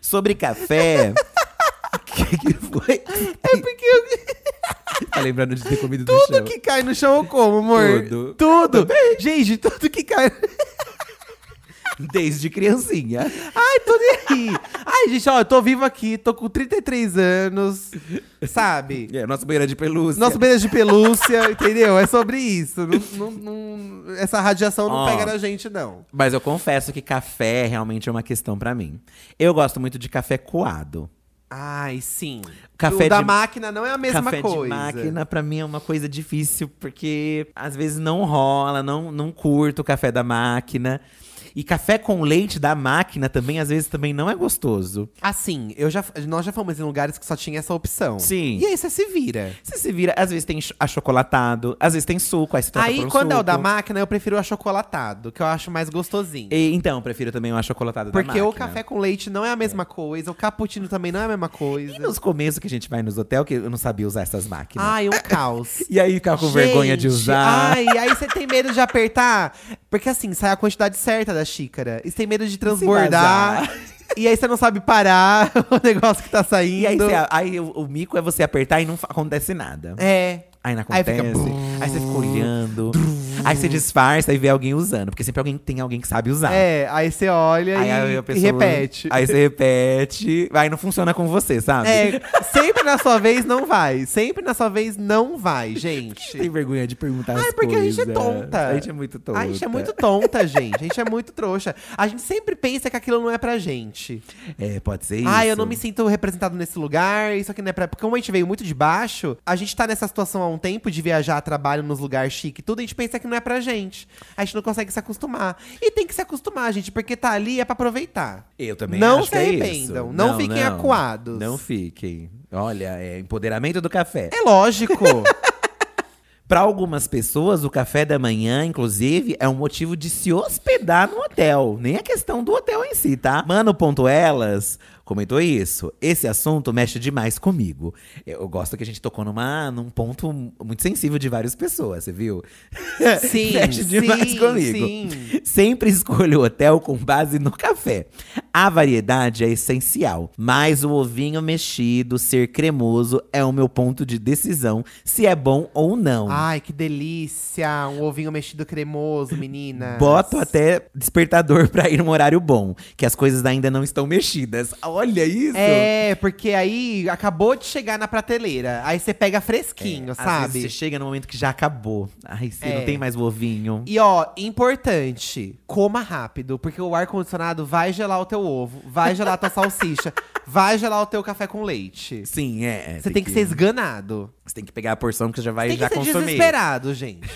Speaker 2: Sobre café. O que, que foi?
Speaker 1: É porque eu-
Speaker 2: Tá lembrando de ter comido do
Speaker 1: tudo
Speaker 2: chão?
Speaker 1: que cai no chão eu como, amor.
Speaker 2: Tudo.
Speaker 1: Tudo. Gente, tudo que cai.
Speaker 2: Desde criancinha.
Speaker 1: Ai, tô nem aí. Ai, gente, ó, eu tô vivo aqui, tô com 33 anos, sabe?
Speaker 2: É, nossa banheira de pelúcia.
Speaker 1: Nosso beijo de pelúcia, entendeu? É sobre isso. Não- não- não- essa radiação não
Speaker 2: Ó.
Speaker 1: pega na gente, não.
Speaker 2: Mas eu confesso que café realmente é uma questão pra mim. Eu gosto muito de café coado.
Speaker 1: Ai, sim.
Speaker 2: Café
Speaker 1: o da
Speaker 2: de-
Speaker 1: máquina não é a mesma
Speaker 2: café
Speaker 1: coisa.
Speaker 2: de máquina pra mim é uma coisa difícil porque às vezes não rola, não não curto o café da máquina. E café com leite da máquina também às vezes também não é gostoso.
Speaker 1: Assim, eu já, nós já fomos em lugares que só tinha essa opção.
Speaker 2: Sim. Então,
Speaker 1: E aí você se vira.
Speaker 2: Você se vira, às vezes tem cho- achocolatado, às vezes tem suco, aí se troca por
Speaker 1: aí,
Speaker 2: um
Speaker 1: quando é o
Speaker 2: suco.
Speaker 1: da máquina, eu prefiro o achocolatado, que eu acho mais gostosinho.
Speaker 2: E, então, eu prefiro também o achocolatado da
Speaker 1: Porque
Speaker 2: máquina.
Speaker 1: o café com leite não é a mesma coisa, o cappuccino também não é a mesma coisa.
Speaker 2: E nos começos que a gente vai nos hotel, que eu não sabia usar essas máquinas.
Speaker 1: Ai, um caos.
Speaker 2: E aí ficava com
Speaker 1: Gente,
Speaker 2: vergonha de usar.
Speaker 1: Ai, aí você tem medo de apertar. Porque assim, sai a quantidade certa da xícara. E você tem medo de transbordar.
Speaker 2: vazar.
Speaker 1: E aí você não sabe parar o negócio que tá saindo.
Speaker 2: E aí, você- aí o, o mico é você apertar e não fa- acontece nada.
Speaker 1: É.
Speaker 2: Aí não
Speaker 1: Aí
Speaker 2: acontece.
Speaker 1: fica
Speaker 2: Aí, você fica olhando. Aí você disfarça e vê alguém usando. Porque sempre alguém tem alguém que sabe usar.
Speaker 1: É, aí você olha
Speaker 2: Aí,
Speaker 1: e,
Speaker 2: aí
Speaker 1: e
Speaker 2: a pessoa-
Speaker 1: repete.
Speaker 2: Aí você repete. Aí não funciona com você, sabe?
Speaker 1: É, sempre na sua vez não vai. Sempre na sua vez não vai,
Speaker 2: Tem
Speaker 1: gente.
Speaker 2: vergonha de perguntar
Speaker 1: Ai,
Speaker 2: as
Speaker 1: porque a gente é
Speaker 2: coisas.
Speaker 1: tonta.
Speaker 2: A gente é muito tonta.
Speaker 1: A gente é muito tonta, gente. A gente é muito trouxa. A gente sempre pensa que aquilo não é pra gente.
Speaker 2: É, pode ser isso.
Speaker 1: Ah, eu não me sinto representado nesse lugar, isso aqui não é pra. Porque como a gente veio muito de baixo, a gente tá nessa situação há um tempo de viajar, trabalho nos lugares chique, e tudo, a gente pensa que não é pra gente. A gente não consegue se acostumar. E tem que se acostumar, gente, porque tá ali é pra aproveitar.
Speaker 2: Eu também
Speaker 1: Não
Speaker 2: acho
Speaker 1: se
Speaker 2: que é
Speaker 1: arrependam,
Speaker 2: isso.
Speaker 1: não fiquem acuados.
Speaker 2: Não fiquem. Olha, é empoderamento do café.
Speaker 1: É lógico.
Speaker 2: Pra algumas pessoas, o café da manhã, inclusive, é um motivo de se hospedar no hotel. Nem a questão do hotel em si, tá? Mano Ponto Elas comentou isso. Esse assunto mexe demais comigo. Eu gosto que a gente tocou numa, num ponto muito sensível de várias pessoas, você viu?
Speaker 1: Sim,
Speaker 2: mexe É demais
Speaker 1: sim,
Speaker 2: comigo.
Speaker 1: sim.
Speaker 2: Sempre escolho o hotel com base no café. A variedade é essencial, mas o ovinho mexido, ser cremoso, é o meu ponto de decisão se é bom ou não.
Speaker 1: Ai, que delícia! Um ovinho mexido cremoso, menina.
Speaker 2: Boto até despertador pra ir num horário bom, que as coisas ainda não estão mexidas. Olha isso!
Speaker 1: É, porque aí acabou de chegar na prateleira. Aí você pega fresquinho,
Speaker 2: É, Às
Speaker 1: sabe?
Speaker 2: vezes você chega no momento que já acabou. Ai, você
Speaker 1: É.
Speaker 2: não tem mais o ovinho.
Speaker 1: E ó, importante, coma rápido, porque o ar-condicionado vai gelar o teu ovo, vai gelar a tua salsicha, vai gelar o teu café com leite.
Speaker 2: Sim, é.
Speaker 1: Você tem que ser esganado.
Speaker 2: Você tem que pegar a porção que você já vai
Speaker 1: Tem que
Speaker 2: já
Speaker 1: ser
Speaker 2: consumir.
Speaker 1: desesperado, gente.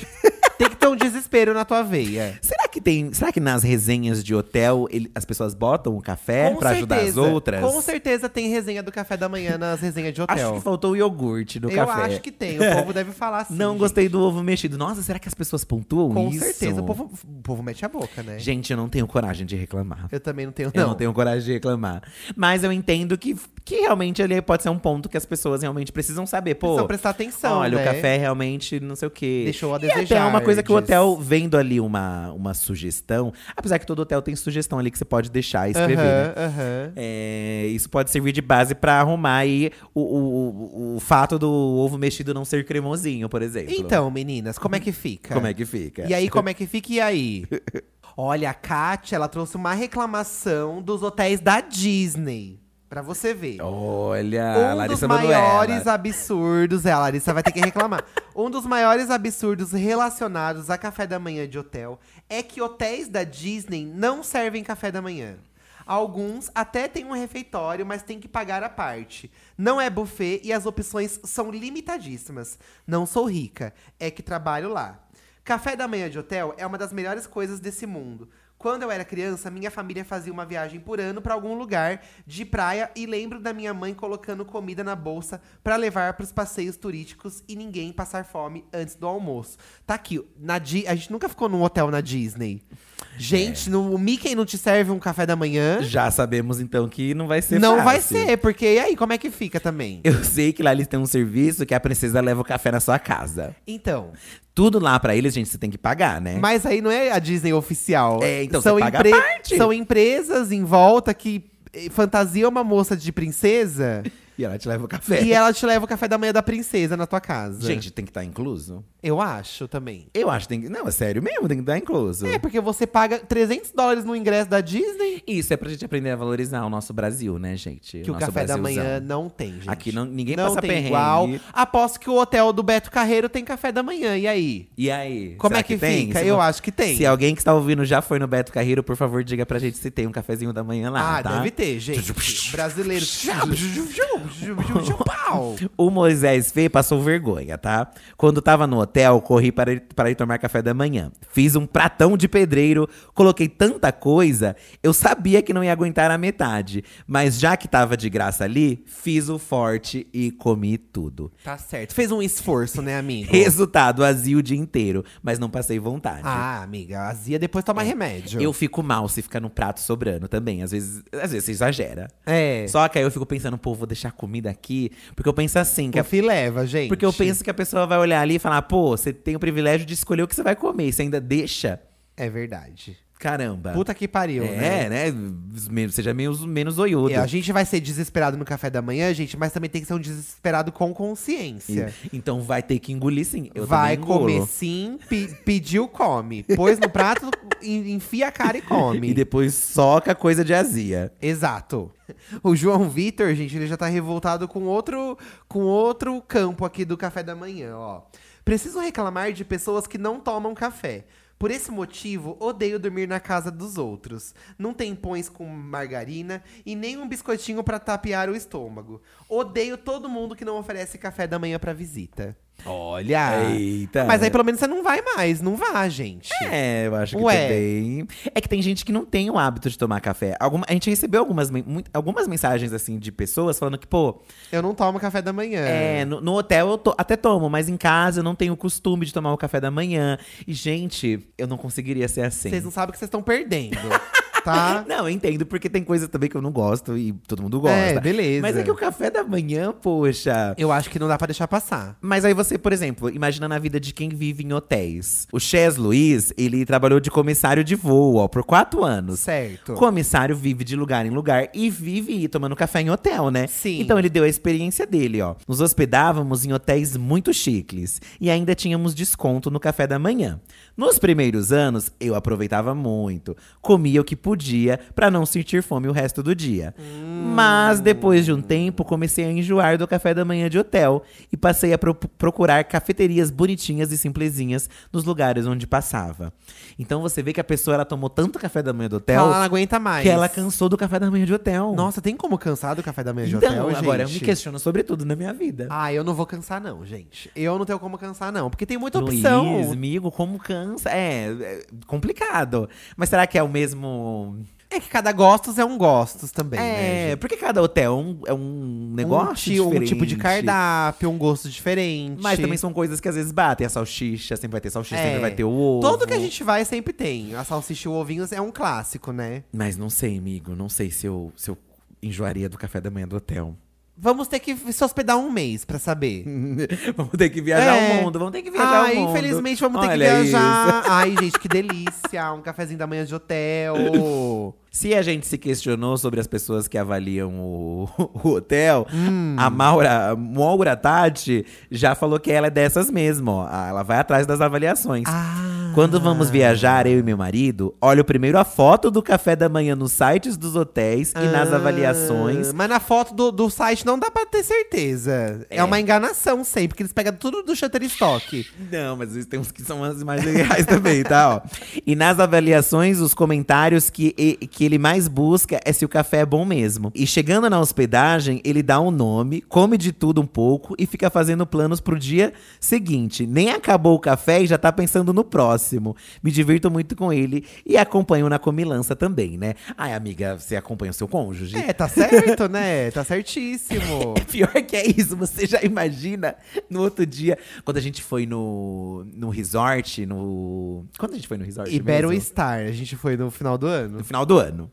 Speaker 1: tem que ter um desespero na tua veia.
Speaker 2: Será que tem. Será que nas resenhas de hotel ele- as pessoas botam o café
Speaker 1: Com
Speaker 2: É, pra ajudar as
Speaker 1: certeza,
Speaker 2: outras?
Speaker 1: Com certeza tem resenha do café da manhã nas resenhas de
Speaker 2: Acho
Speaker 1: hotel.
Speaker 2: que faltou o iogurte do
Speaker 1: Eu
Speaker 2: café.
Speaker 1: acho que tem, o povo deve falar assim.
Speaker 2: Não
Speaker 1: gente.
Speaker 2: gostei do ovo mexido. Nossa, será que as pessoas pontuam
Speaker 1: Com
Speaker 2: isso?
Speaker 1: certeza, o povo, o povo mete a boca, né?
Speaker 2: Gente, eu não tenho coragem de reclamar.
Speaker 1: Eu também não tenho,
Speaker 2: Eu não tenho coragem de reclamar. Mas eu entendo que, que realmente ali pode ser um ponto que as pessoas realmente precisam saber. Pô,
Speaker 1: Precisam prestar atenção,
Speaker 2: um Olha,
Speaker 1: né?
Speaker 2: o café realmente não sei o quê.
Speaker 1: Deixou a
Speaker 2: E até é
Speaker 1: desejar,
Speaker 2: uma coisa que o
Speaker 1: diz.
Speaker 2: hotel, vendo ali uma, uma sugestão… Apesar que todo hotel tem sugestão ali que você pode deixar e escrever, né?
Speaker 1: Aham, aham.
Speaker 2: É, isso pode servir de base pra arrumar aí o, o, o, o fato do ovo mexido não ser cremosinho, por exemplo.
Speaker 1: Então, meninas, como é que fica?
Speaker 2: Como é que fica?
Speaker 1: E aí, como é que fica? E aí? Olha, a Kátia, ela trouxe uma reclamação dos hotéis da Disney. Pra você ver.
Speaker 2: Olha,
Speaker 1: um
Speaker 2: Larissa
Speaker 1: dos
Speaker 2: Manoela.
Speaker 1: maiores absurdos. É, a Larissa vai ter que reclamar. um dos maiores absurdos relacionados a café da manhã de hotel é que hotéis da Disney não servem café da manhã. Alguns até têm um refeitório, mas tem que pagar a parte. Não é buffet e as opções são limitadíssimas. Não sou rica, é que trabalho lá. Café da manhã de hotel é uma das melhores coisas desse mundo. Quando eu era criança, minha família fazia uma viagem por ano pra algum lugar de praia e lembro da minha mãe colocando comida na bolsa pra levar pros passeios turísticos e ninguém passar fome antes do almoço. Tá aqui, na Di a gente nunca ficou num hotel na Disney. Gente, no, o Mickey não te serve um café da manhã?
Speaker 2: Já sabemos, então, que não vai ser
Speaker 1: não vai
Speaker 2: fácil.
Speaker 1: ser, porque e aí, como é que fica também?
Speaker 2: Eu sei que lá eles têm um serviço que a princesa leva o café na sua casa.
Speaker 1: Então,
Speaker 2: Tudo lá pra eles, gente, você tem que pagar, né?
Speaker 1: mas aí não é a Disney oficial.
Speaker 2: É, então você paga a parte.
Speaker 1: São empresas em volta que eh, fantasiam uma moça de princesa
Speaker 2: E ela te leva o café.
Speaker 1: e ela te leva o café da manhã da princesa na tua casa.
Speaker 2: É. Gente, tem que estar incluso?
Speaker 1: Eu acho também.
Speaker 2: Eu acho que tem que. Não, é sério mesmo, tem que estar incluso.
Speaker 1: É, porque você paga 300 dólares no ingresso da Disney
Speaker 2: Isso é pra gente aprender a valorizar o nosso Brasil, né, gente?
Speaker 1: que o
Speaker 2: nosso
Speaker 1: café da
Speaker 2: Brasilzão.
Speaker 1: manhã não tem, gente.
Speaker 2: Aqui não- ninguém
Speaker 1: não
Speaker 2: passa
Speaker 1: tem
Speaker 2: perrengue.
Speaker 1: igual. Aposto que o hotel do Beto Carreiro tem café da manhã, e aí?
Speaker 2: E aí?
Speaker 1: Como
Speaker 2: será
Speaker 1: é que,
Speaker 2: tem?
Speaker 1: fica?
Speaker 2: Se
Speaker 1: Eu
Speaker 2: não-
Speaker 1: acho que tem.
Speaker 2: Se é alguém que está ouvindo já foi no Beto Carreiro, por favor, diga pra gente se tem um cafezinho da manhã lá.
Speaker 1: ah,
Speaker 2: tá?
Speaker 1: deve ter, gente. Brasileiro. Pau!
Speaker 2: O Moisés Fê passou vergonha, tá? Quando tava no hotel, corri para ir, para ir tomar café da manhã. Fiz um pratão de pedreiro, coloquei tanta coisa, eu sabia que não ia aguentar a metade. Mas já que tava de graça ali, fiz o forte e comi tudo.
Speaker 1: Tá certo. Fez um esforço, né, amigo?
Speaker 2: Resultado, azia o dia inteiro, mas não passei vontade.
Speaker 1: Ah, amiga, azia depois toma remédio.
Speaker 2: É. Eu fico mal se fica no prato sobrando também. Às vezes, às vezes você exagera.
Speaker 1: É.
Speaker 2: Só que aí eu fico pensando, pô, vou deixar comida aqui. Porque eu penso assim, que
Speaker 1: Que
Speaker 2: a
Speaker 1: a fi leva, gente.
Speaker 2: Porque eu penso que a pessoa vai olhar ali e falar, pô, você tem o privilégio de escolher o que você vai comer. e Você ainda deixa.
Speaker 1: É verdade.
Speaker 2: Caramba.
Speaker 1: Puta que pariu, né?
Speaker 2: Ah. é, né? Me- Seja menos, menos oiudo.
Speaker 1: É, a gente vai ser desesperado no café da manhã, gente, mas também tem que ser um desesperado com consciência.
Speaker 2: E- Então vai ter que engolir sim. Eu
Speaker 1: vai
Speaker 2: também engulo.
Speaker 1: comer sim, pe- pediu, come. Pôs no prato, en- enfia a cara e come.
Speaker 2: E depois soca coisa de azia.
Speaker 1: Exato. O João Vitor, gente, ele já tá revoltado com outro, com outro campo aqui do café da manhã, ó. Preciso reclamar de pessoas que não tomam café. Por esse motivo, odeio dormir na casa dos outros. Não tem pães com margarina e nem um biscoitinho pra tapear o estômago. Odeio todo mundo que não oferece café da manhã pra visita. Olha!
Speaker 2: Eita.
Speaker 1: Mas aí pelo menos você não vai mais, não vá, gente.
Speaker 2: É, eu acho que
Speaker 1: Ué.
Speaker 2: também. É que tem gente que não tem o hábito de tomar café. Alguma, a gente recebeu algumas, men- muito- algumas mensagens, assim, de pessoas falando que, pô,
Speaker 1: Eu não tomo café da manhã.
Speaker 2: É, no, no hotel eu to- até tomo, mas em casa eu não tenho o costume de tomar o café da manhã. E, gente, eu não conseguiria ser assim.
Speaker 1: Vocês não sabem o que vocês estão perdendo, tá?
Speaker 2: Não, eu entendo, porque tem coisa também que eu não gosto e todo mundo gosta.
Speaker 1: É, beleza.
Speaker 2: Mas é que o café da manhã, poxa.
Speaker 1: Eu acho que não dá pra deixar passar.
Speaker 2: Mas aí você, por exemplo, imagina na vida de quem vive em hotéis. O Chess Luiz, ele trabalhou de comissário de voo, ó, por quatro anos.
Speaker 1: Certo.
Speaker 2: O comissário vive de lugar em lugar e vive tomando café em hotel, né?
Speaker 1: Sim.
Speaker 2: Então ele deu a experiência dele, ó. Nos hospedávamos em hotéis muito chiques e ainda tínhamos desconto no café da manhã. Nos primeiros anos, eu aproveitava muito, comia o que podia pra não sentir fome o resto do dia.
Speaker 1: Hum.
Speaker 2: Mas depois de um tempo, comecei a enjoar do café da manhã de hotel e passei a pro- procurar cafeterias bonitinhas e simplesinhas nos lugares onde passava. Então você vê que a pessoa ela tomou tanto café da manhã do hotel
Speaker 1: ela não aguenta mais.
Speaker 2: que ela cansou do café da manhã de hotel.
Speaker 1: Nossa, tem como cansar do café da manhã de
Speaker 2: então,
Speaker 1: hotel, gente?
Speaker 2: agora eu me questiono sobre tudo na minha vida.
Speaker 1: Ah, eu não vou cansar não, gente. Eu não tenho como cansar não, porque tem muita
Speaker 2: Luiz,
Speaker 1: opção.
Speaker 2: amigo, como cansa. É, é complicado. Mas será que é o mesmo.
Speaker 1: É que cada gostos é um gostos também, né,
Speaker 2: é,
Speaker 1: gente?
Speaker 2: porque cada hotel é um, é um negócio.
Speaker 1: um, ti- um
Speaker 2: diferente.
Speaker 1: tipo de cardápio, um gosto diferente.
Speaker 2: Mas também são coisas que às vezes batem. A salsicha, sempre vai ter salsicha,
Speaker 1: É.
Speaker 2: sempre vai ter o ovo.
Speaker 1: Todo que a gente vai sempre tem. A salsicha e o ovinho é um clássico, né?
Speaker 2: Mas não sei, amigo. Não sei se eu, se eu enjoaria do café da manhã do hotel.
Speaker 1: Vamos ter que se hospedar um mês pra saber.
Speaker 2: vamos ter que viajar
Speaker 1: É.
Speaker 2: o mundo, vamos ter que viajar
Speaker 1: Ai,
Speaker 2: o mundo.
Speaker 1: infelizmente vamos ter
Speaker 2: Olha
Speaker 1: que
Speaker 2: isso.
Speaker 1: viajar. Ai, gente, que delícia. Um cafezinho da manhã de hotel.
Speaker 2: Tipo, Se a gente se questionou sobre as pessoas que avaliam o, o hotel,
Speaker 1: Hum.
Speaker 2: a Maura, a Maura Tati já falou que ela é dessas mesmo. Ó. Ah, Ela vai atrás das avaliações.
Speaker 1: Ah.
Speaker 2: Quando vamos viajar, eu e meu marido, olho primeiro a foto do café da manhã nos sites dos hotéis e nas
Speaker 1: Ah,
Speaker 2: avaliações.
Speaker 1: Mas na foto do, do site não dá pra ter certeza. É, uma enganação sempre, porque eles pegam tudo do Shutterstock.
Speaker 2: Não, mas às vezes tem uns que são as imagens reais também, tá? Ó. E nas avaliações, os comentários que, e- que ele mais busca é se o café é bom mesmo. E chegando na hospedagem, ele dá um nome, come de tudo um pouco e fica fazendo planos pro dia seguinte. Nem acabou o café e já tá pensando no próximo. Me divirto muito com ele e acompanho na comilança também, né? Ai, amiga, você acompanha o seu cônjuge?
Speaker 1: É, tá certo, né? Tá certíssimo.
Speaker 2: É pior que é isso, você já imagina no outro dia. Quando a gente foi no, no resort, no. Quando a gente foi no resort?
Speaker 1: E Battle
Speaker 2: mesmo?
Speaker 1: Star, a gente foi no final do ano.
Speaker 2: No final do ano.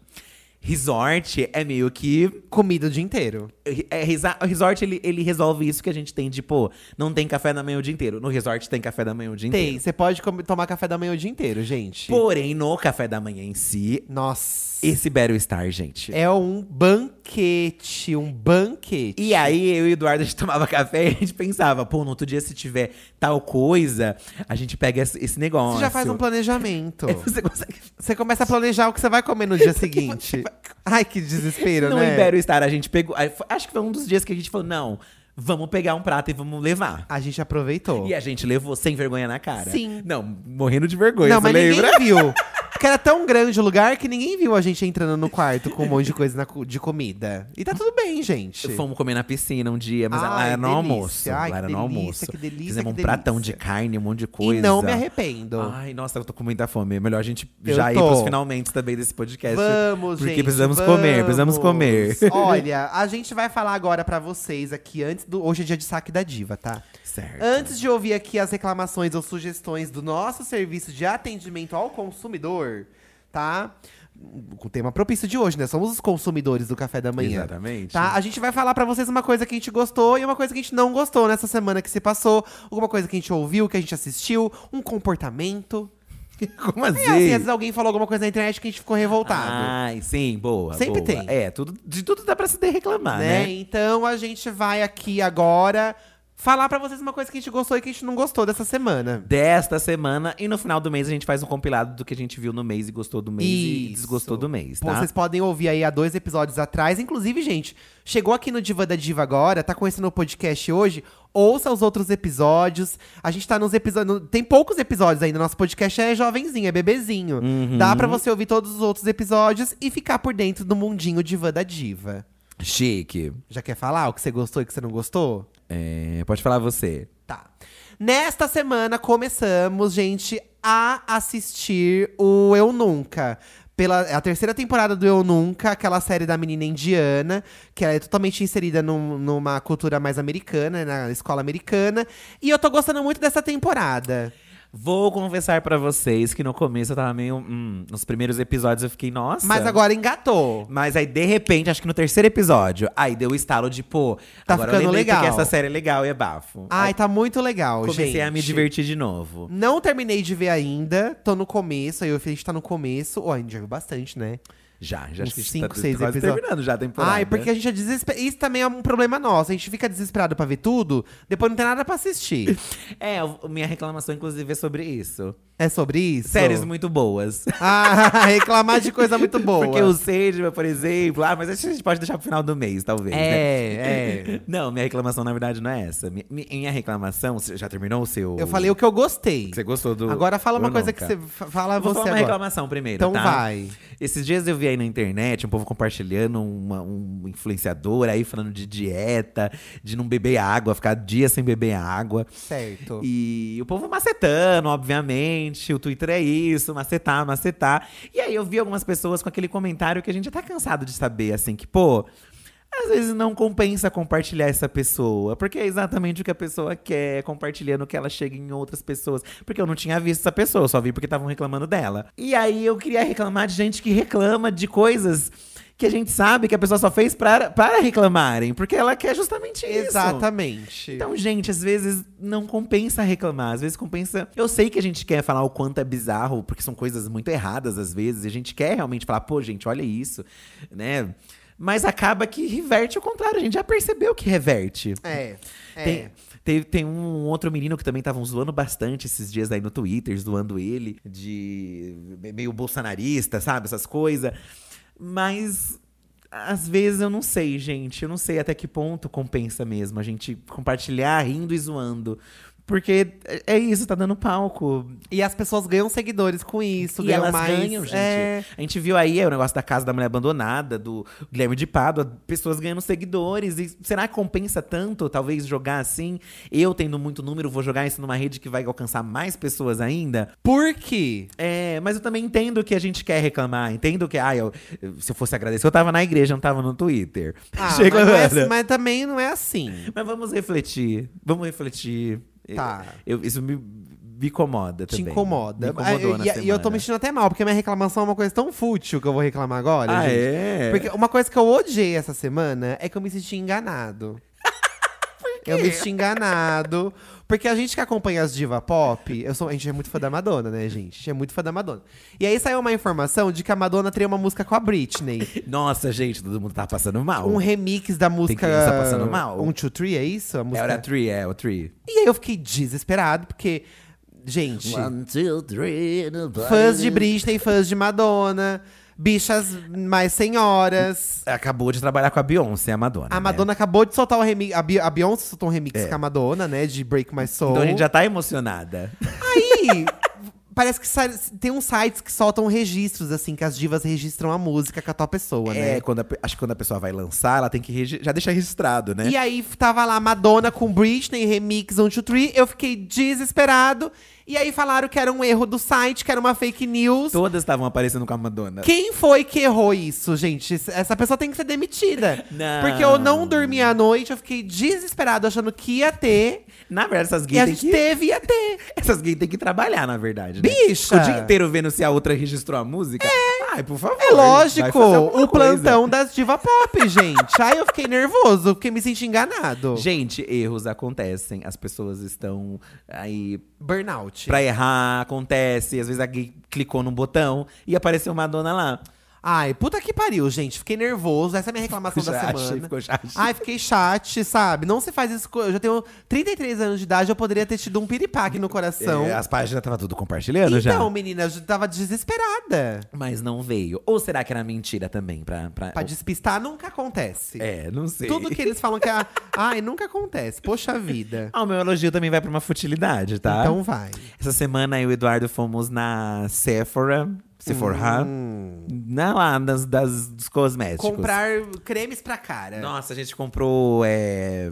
Speaker 2: Resort é meio que.
Speaker 1: Comida o dia inteiro.
Speaker 2: É, resa- o resort ele, ele resolve isso que a gente tem, tipo, não tem café da manhã o dia inteiro. No resort tem café da manhã o dia
Speaker 1: Tem,
Speaker 2: inteiro.
Speaker 1: você pode com- tomar café da manhã o dia inteiro, gente.
Speaker 2: Porém, no café da manhã em si,
Speaker 1: Nossa.
Speaker 2: esse Battle Star, gente.
Speaker 1: É um banquete, um banquete.
Speaker 2: E é aí, eu e o Eduardo, a gente tomava café e a gente pensava, pô, no outro dia, se tiver tal coisa, a gente pega esse, esse negócio.
Speaker 1: Você já faz um planejamento.
Speaker 2: É, Você consegue
Speaker 1: Você começa a planejar o que você vai comer no dia seguinte. Ai, que desespero,
Speaker 2: No
Speaker 1: né?
Speaker 2: Império Star, a gente pegou. aí foi- Acho que foi um dos dias que a gente falou: não, vamos pegar um prato e vamos levar.
Speaker 1: A gente aproveitou.
Speaker 2: E é a gente levou sem vergonha na cara.
Speaker 1: Sim.
Speaker 2: Não, morrendo de vergonha,
Speaker 1: Não,
Speaker 2: você
Speaker 1: mas
Speaker 2: lembra?
Speaker 1: ninguém viu. Porque era tão grande o lugar que ninguém viu a gente entrando no quarto com um monte de coisa na co- de comida. E tá tudo bem, gente.
Speaker 2: Fomos comer na piscina um dia, mas lá
Speaker 1: Ai,
Speaker 2: era no
Speaker 1: delícia.
Speaker 2: almoço.
Speaker 1: Ai,
Speaker 2: lá era
Speaker 1: que
Speaker 2: no
Speaker 1: delícia,
Speaker 2: almoço.
Speaker 1: que delícia,
Speaker 2: Fizemos um
Speaker 1: que
Speaker 2: pratão de
Speaker 1: delícia.
Speaker 2: carne, um monte de coisa. Ah,
Speaker 1: E não me arrependo.
Speaker 2: Ai, nossa, eu tô com muita fome. É Melhor a gente
Speaker 1: Eu
Speaker 2: já ir
Speaker 1: tô.
Speaker 2: pros finalmente também desse podcast.
Speaker 1: Vamos,
Speaker 2: é, porque
Speaker 1: gente.
Speaker 2: precisamos
Speaker 1: vamos.
Speaker 2: comer, precisamos comer.
Speaker 1: Olha, a gente vai falar agora pra vocês aqui antes do. Hoje é dia de saque da diva, tá?
Speaker 2: Certo.
Speaker 1: Antes de ouvir aqui as reclamações ou sugestões do nosso serviço de atendimento ao consumidor, tá? Com o tema propício de hoje, né? Somos os consumidores do café da manhã.
Speaker 2: Exatamente.
Speaker 1: Tá? A gente vai falar pra vocês uma coisa que a gente gostou e uma coisa que a gente não gostou nessa semana que se passou, alguma coisa que a gente ouviu, que a gente assistiu, um comportamento.
Speaker 2: Como assim?
Speaker 1: É, assim, às vezes alguém falou alguma coisa na internet que a gente ficou revoltado.
Speaker 2: Ai, sim, boa.
Speaker 1: Sempre
Speaker 2: boa.
Speaker 1: tem.
Speaker 2: É, tudo, de tudo dá pra se reclamar,
Speaker 1: né?
Speaker 2: né?
Speaker 1: Então a gente vai aqui agora falar pra vocês uma coisa que a gente gostou e que a gente não gostou dessa semana.
Speaker 2: Desta semana, e no final do mês a gente faz um compilado do que a gente viu no mês e gostou do mês e
Speaker 1: Isso.
Speaker 2: desgostou do mês,
Speaker 1: Pô,
Speaker 2: tá?
Speaker 1: Vocês podem ouvir aí há dois episódios atrás. Inclusive, gente, chegou aqui no Diva da Diva agora, tá conhecendo o podcast hoje. Ouça os outros episódios. A gente tá nos episódios. Tem poucos episódios ainda. Nosso podcast é jovenzinho, é bebezinho.
Speaker 2: Uhum.
Speaker 1: Dá pra você ouvir todos os outros episódios e ficar por dentro do mundinho Diva da Diva.
Speaker 2: Chique.
Speaker 1: Já quer falar o que você gostou e o que você não gostou?
Speaker 2: É, pode falar você.
Speaker 1: Tá. Nesta semana começamos, gente, a assistir o Eu Nunca. Pela é a terceira temporada do Eu Nunca, aquela série da menina indiana, que ela é totalmente inserida num- numa cultura mais americana, né, na escola americana. E eu tô gostando muito dessa temporada.
Speaker 2: Vou confessar pra vocês que no começo eu tava meio. hum, nos primeiros episódios eu fiquei, nossa.
Speaker 1: Mas agora engatou.
Speaker 2: Mas aí, de repente, acho que no terceiro episódio, aí deu o estalo de, pô,
Speaker 1: Tá
Speaker 2: agora eu
Speaker 1: ficando
Speaker 2: lembrei
Speaker 1: legal.
Speaker 2: Porque essa série é legal e é bafo.
Speaker 1: Ai,
Speaker 2: Aí
Speaker 1: tá muito legal,
Speaker 2: comecei
Speaker 1: gente.
Speaker 2: a me divertir de novo.
Speaker 1: Não terminei de ver ainda, tô no começo, aí eu fiz, tá no começo. Ó, a gente já viu bastante, né?
Speaker 2: Já, já
Speaker 1: Uns
Speaker 2: acho que a gente
Speaker 1: cinco,
Speaker 2: tá
Speaker 1: seis
Speaker 2: quase
Speaker 1: episódios.
Speaker 2: terminando já a temporada. né?
Speaker 1: Ai, porque a gente é desesperado. Isso também é um problema nosso. A gente fica desesperado pra ver tudo, depois não tem nada pra assistir.
Speaker 2: É, o- minha reclamação, inclusive, é sobre isso.
Speaker 1: É sobre isso?
Speaker 2: Séries muito boas.
Speaker 1: Ah, reclamar de coisa muito boa.
Speaker 2: Porque o Sandman, por exemplo. Ah, mas acho que a gente pode deixar pro final do mês, talvez.
Speaker 1: É,
Speaker 2: né?
Speaker 1: é.
Speaker 2: Não, minha reclamação, na verdade, não é essa. Mi- mi- Minha reclamação, você já terminou o seu.
Speaker 1: Eu falei o que eu gostei.
Speaker 2: Você gostou do.
Speaker 1: Agora fala uma
Speaker 2: Eu
Speaker 1: coisa
Speaker 2: nunca.
Speaker 1: que você. fa- Fala
Speaker 2: Eu Vou
Speaker 1: você
Speaker 2: falar uma
Speaker 1: agora.
Speaker 2: reclamação primeiro,
Speaker 1: Então
Speaker 2: tá?
Speaker 1: vai.
Speaker 2: Esses dias eu vi aí na internet um povo compartilhando uma- um influenciador aí falando de dieta, de não beber água, ficar dias sem beber água.
Speaker 1: Certo.
Speaker 2: E o povo macetando, obviamente. O Twitter é isso, macetar, macetar. E aí eu vi algumas pessoas com aquele comentário que a gente já tá cansado de saber, assim, que, pô. Às vezes não compensa compartilhar essa pessoa, porque é exatamente o que a pessoa quer, compartilhando o que ela chega em outras pessoas. Porque eu não tinha visto essa pessoa, eu só vi porque estavam reclamando dela. E aí eu queria reclamar de gente que reclama de coisas que a gente sabe que a pessoa só fez para, para reclamarem, porque ela quer justamente é isso.
Speaker 1: Exatamente.
Speaker 2: Então, gente, às vezes não compensa reclamar, às vezes compensa. Eu sei que a gente quer falar o quanto é bizarro, porque são coisas muito erradas às vezes, e a gente quer realmente falar, pô, gente, olha isso, né? Mas acaba que reverte o contrário, a gente já percebeu que reverte.
Speaker 1: é. é.
Speaker 2: Tem, teve- tem um outro menino que também estavam zoando bastante esses dias aí no Twitter, zoando ele, de meio bolsonarista, sabe? Essas coisas. Mas. Às vezes eu não sei, gente. Eu não sei até que ponto compensa mesmo a gente compartilhar rindo e zoando. Porque é- é isso, tá dando palco.
Speaker 1: E as pessoas ganham seguidores com isso,
Speaker 2: E
Speaker 1: ganham
Speaker 2: elas
Speaker 1: mais.
Speaker 2: ganham, gente.
Speaker 1: É.
Speaker 2: A gente viu aí é, o negócio da casa da mulher abandonada, do Guilherme de Pádua, pessoas ganhando seguidores. E será que compensa tanto, talvez, jogar assim? Eu tendo muito número, vou jogar isso numa rede que vai alcançar mais pessoas ainda?
Speaker 1: Por quê?
Speaker 2: É, mas eu também entendo que a gente quer reclamar. Entendo que, ah, eu, eu- se eu fosse agradecer, eu tava na igreja, não tava no Twitter.
Speaker 1: Ah,
Speaker 2: Chega,
Speaker 1: mas, não é
Speaker 2: mano.
Speaker 1: assim- mas também não é assim.
Speaker 2: Mas vamos refletir. Vamos refletir.
Speaker 1: Tá.
Speaker 2: Eu- eu- isso me, me incomoda
Speaker 1: Te
Speaker 2: também. Me
Speaker 1: incomoda.
Speaker 2: incomodou
Speaker 1: Ah,
Speaker 2: na
Speaker 1: e- e, eu tô
Speaker 2: semana.
Speaker 1: me sentindo até mal, porque minha reclamação é uma coisa tão fútil que eu vou reclamar agora,
Speaker 2: Ah,
Speaker 1: gente.
Speaker 2: é?
Speaker 1: Porque uma coisa que eu odiei essa semana é que eu me senti enganado. Eu me senti enganado. Porque a gente que acompanha as diva pop, eu sou, a gente é muito fã da Madonna, né, gente? A gente é muito fã da Madonna. E aí saiu uma informação de que a Madonna teria uma música com a Britney.
Speaker 2: Nossa, gente, todo mundo tá passando mal.
Speaker 1: Um remix da música.
Speaker 2: criança passando mal.
Speaker 1: Um, two, three, é isso? A música?
Speaker 2: Era Tree, é, o Tree.
Speaker 1: E aí eu fiquei desesperado, porque. Gente.
Speaker 2: two, three,
Speaker 1: Fãs de Britney, fãs de Madonna, bichas mais senhoras.
Speaker 2: Acabou de trabalhar com a Beyoncé, a Madonna.
Speaker 1: A
Speaker 2: né?
Speaker 1: Madonna acabou de soltar o remix. A Be- a Beyoncé soltou um remix com a Madonna, né? De Break My Soul.
Speaker 2: É. Então a gente já tá emocionada.
Speaker 1: Aí. Parece que sai- tem uns sites que soltam registros, assim, que as divas registram a música com a tal pessoa, né?
Speaker 2: É, quando a pe- acho que quando a pessoa vai lançar, ela tem que regi- já deixar registrado, né?
Speaker 1: E aí tava lá Madonna com Britney, remix 1, 2, 3. Eu fiquei desesperado. E aí falaram que era um erro do site, que era uma fake news.
Speaker 2: Todas estavam aparecendo com a Madonna.
Speaker 1: Quem foi que errou isso, gente? S- Essa pessoa tem que ser demitida.
Speaker 2: Não.
Speaker 1: Porque eu não dormi à noite, eu fiquei desesperado achando que ia ter.
Speaker 2: Na verdade, essas
Speaker 1: E a
Speaker 2: gays têm
Speaker 1: gente
Speaker 2: que.
Speaker 1: teve, ia ter. É
Speaker 2: Essas gays têm que trabalhar, na verdade. né?
Speaker 1: Bicha!
Speaker 2: O dia inteiro vendo se a outra registrou a música. É. Ai, por favor.
Speaker 1: É
Speaker 2: vai
Speaker 1: lógico,
Speaker 2: fazer alguma
Speaker 1: o
Speaker 2: coisa.
Speaker 1: plantão das diva pop, gente. Aí eu fiquei nervoso, porque me senti enganado.
Speaker 2: Gente, erros acontecem. As pessoas estão aí
Speaker 1: Burnout.
Speaker 2: pra errar, acontece. Às vezes a gay clicou num botão e apareceu uma dona lá.
Speaker 1: Ai, puta que pariu, gente. Fiquei nervoso. Essa é a minha reclamação da
Speaker 2: Chachi,
Speaker 1: semana.
Speaker 2: ficou chachi.
Speaker 1: Ai, fiquei chate, sabe? Não se faz isso. co- Eu já tenho 33 anos de idade, eu poderia ter tido um piripaque no coração.
Speaker 2: É, as páginas tava tudo compartilhando
Speaker 1: então,
Speaker 2: já.
Speaker 1: menina, eu tava desesperada.
Speaker 2: Mas não veio. Ou será que era mentira também? Pra, pra...
Speaker 1: Pra despistar nunca acontece.
Speaker 2: É, não sei.
Speaker 1: Tudo que eles falam que é. a- Ai, nunca acontece. Poxa vida.
Speaker 2: Ah, o meu elogio também vai pra uma futilidade, tá?
Speaker 1: Então vai.
Speaker 2: Essa semana eu e o Eduardo fomos na Sephora. Sephora. Na lá, das, das- dos cosméticos.
Speaker 1: Comprar
Speaker 2: assim.
Speaker 1: cremes pra cara.
Speaker 2: Nossa, a gente comprou. é,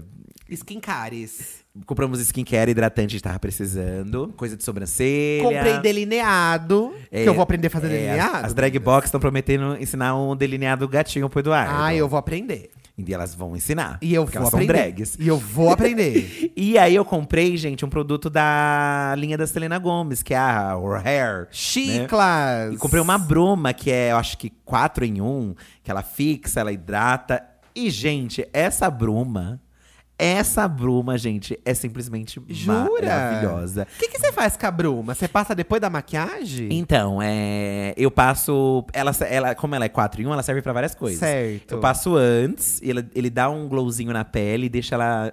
Speaker 1: Skincares.
Speaker 2: compramos skincare hidratante, a gente tava precisando. Coisa de sobrancelha.
Speaker 1: Comprei delineado.
Speaker 2: É,
Speaker 1: que eu vou aprender a fazer
Speaker 2: é,
Speaker 1: delineado.
Speaker 2: As, as drag box estão prometendo ensinar um delineado gatinho pro Eduardo.
Speaker 1: Ai, Ah, eu vou aprender.
Speaker 2: E elas vão ensinar.
Speaker 1: E eu
Speaker 2: porque
Speaker 1: vou
Speaker 2: elas
Speaker 1: aprender.
Speaker 2: são drags. Né?
Speaker 1: E eu vou aprender.
Speaker 2: E aí eu comprei, gente, um produto da linha da Selena Gomes, que é a Hair.
Speaker 1: Chiclas.
Speaker 2: E comprei uma bruma, que é, eu acho que 4 em 1, que ela fixa, ela hidrata. E, gente, essa bruma, essa bruma, gente, é simplesmente
Speaker 1: Jura?
Speaker 2: maravilhosa.
Speaker 1: O que que você faz com a bruma? Você passa depois da maquiagem?
Speaker 2: Então, é, eu passo. Ela, ela, como ela é 4 em 1, ela serve pra várias coisas.
Speaker 1: Certo.
Speaker 2: Eu passo antes, e ela- ele dá um glowzinho na pele e deixa ela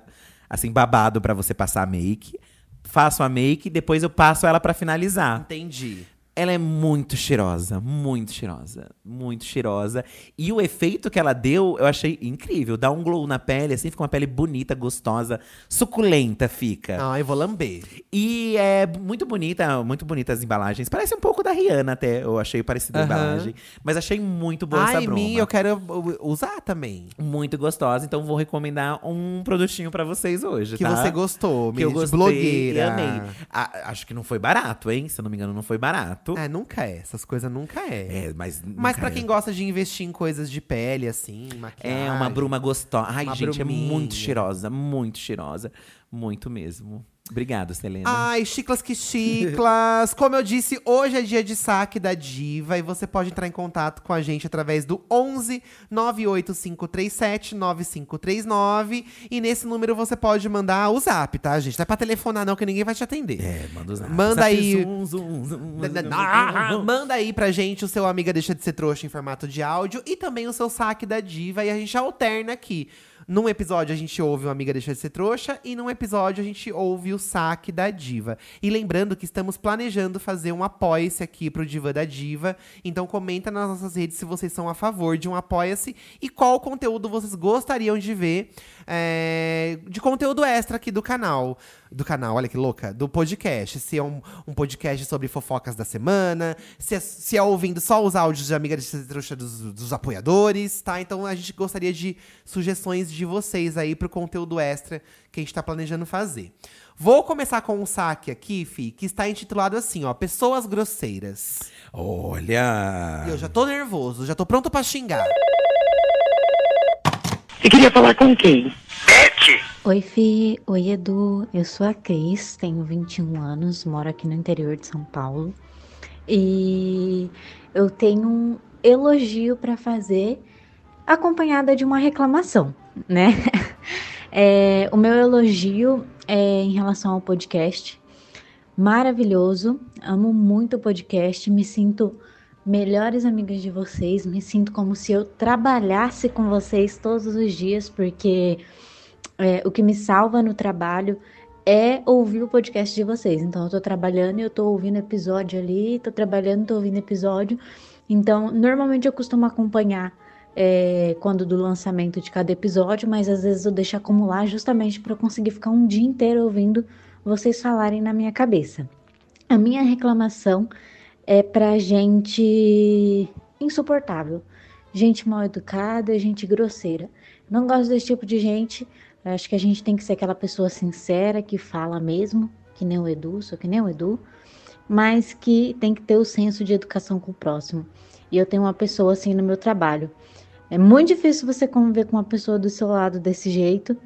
Speaker 2: assim, babado pra você passar a make. Faço a make e depois eu passo ela pra finalizar.
Speaker 1: Entendi.
Speaker 2: Ela é muito cheirosa, muito cheirosa, muito cheirosa. E o efeito que ela deu, eu achei incrível. Dá um glow na pele, assim, fica uma pele bonita, gostosa, suculenta fica.
Speaker 1: Ai, Ah, vou lamber.
Speaker 2: E é muito bonita, muito bonitas as embalagens. Parece um pouco da Rihanna até, eu achei parecida a
Speaker 1: Aham.
Speaker 2: embalagem. Mas achei muito boa essa
Speaker 1: Ai,
Speaker 2: bruma.
Speaker 1: mim, eu quero uh, usar também.
Speaker 2: Muito gostosa, então vou recomendar um produtinho pra vocês hoje,
Speaker 1: Que
Speaker 2: tá?
Speaker 1: você gostou,
Speaker 2: que
Speaker 1: menina
Speaker 2: eu
Speaker 1: de
Speaker 2: gostei
Speaker 1: blogueira.
Speaker 2: e amei. A- acho que não foi barato, hein? Se eu não me engano, não foi barato.
Speaker 1: É, nunca é. Essas coisas nunca é.
Speaker 2: Tipo É, mas
Speaker 1: Mas
Speaker 2: nunca
Speaker 1: pra
Speaker 2: é.
Speaker 1: quem gosta de investir em coisas de pele, assim, maquiagem.
Speaker 2: É, uma bruma gostosa. Ai,
Speaker 1: Uma
Speaker 2: gente, é
Speaker 1: bruminha.
Speaker 2: muito cheirosa, muito cheirosa. Muito mesmo. Obrigado, Selena.
Speaker 1: Ai, chiclas que chiclas! Como eu disse, hoje é dia de saque da diva e você pode entrar em contato com a gente através do 11 98537 9539. E nesse número você pode mandar o zap, tá, gente? Não é pra telefonar, não, que ninguém vai te atender.
Speaker 2: É, manda os
Speaker 1: Manda aí.
Speaker 2: Zum, zum, zum,
Speaker 1: Da- da-
Speaker 2: zum,
Speaker 1: da-
Speaker 2: zum, zum.
Speaker 1: Manda aí pra gente o seu Amiga Deixa de Ser Trouxa em formato de áudio e também o seu saque da diva e a gente alterna aqui. Num episódio a gente ouve uma amiga deixa de ser trouxa e num episódio a gente ouve o saque da diva. E lembrando que estamos planejando fazer um apoia-se aqui pro Diva da Diva. Então comenta nas nossas redes se vocês são a favor de um apoia-se e qual conteúdo vocês gostariam de ver é, de conteúdo extra aqui do canal. Do canal, olha que louca, do podcast. Se é um, um podcast sobre fofocas da semana, se é, se é ouvindo só os áudios de Amiga de Ser Trouxa dos, dos apoiadores, tá? Então a gente gostaria de sugestões de vocês aí pro conteúdo extra que a gente tá planejando fazer. Vou começar com um saque aqui, Fi, que está intitulado assim, ó, Pessoas Grosseiras.
Speaker 2: Olha!
Speaker 1: E eu já tô nervoso, já tô pronto pra xingar.
Speaker 3: Você queria falar com quem?
Speaker 4: Oi, Fi. Oi, Edu. Eu sou a Cris, tenho 21 anos, moro aqui no interior de São Paulo. E eu tenho um elogio para fazer, acompanhada de uma reclamação, né? É, o meu elogio é em relação ao podcast. Maravilhoso, amo muito o podcast, me sinto melhores amigas de vocês, me sinto como se eu trabalhasse com vocês todos os dias, porque é, o que me salva no trabalho é ouvir o podcast de vocês. Então, eu tô trabalhando e eu tô ouvindo episódio ali, tô trabalhando, tô ouvindo episódio. Então, normalmente eu costumo acompanhar é, quando do lançamento de cada episódio, mas às vezes eu deixo acumular justamente para eu conseguir ficar um dia inteiro ouvindo vocês falarem na minha cabeça. A minha reclamação é pra gente insuportável, gente mal educada, gente grosseira. Não gosto desse tipo de gente. Eu acho que a gente tem que ser aquela pessoa sincera que fala mesmo, que nem o Edu, sou que nem o Edu, mas que tem que ter o senso de educação com o próximo. E eu tenho uma pessoa assim no meu trabalho. É muito difícil você conviver com uma pessoa do seu lado desse jeito.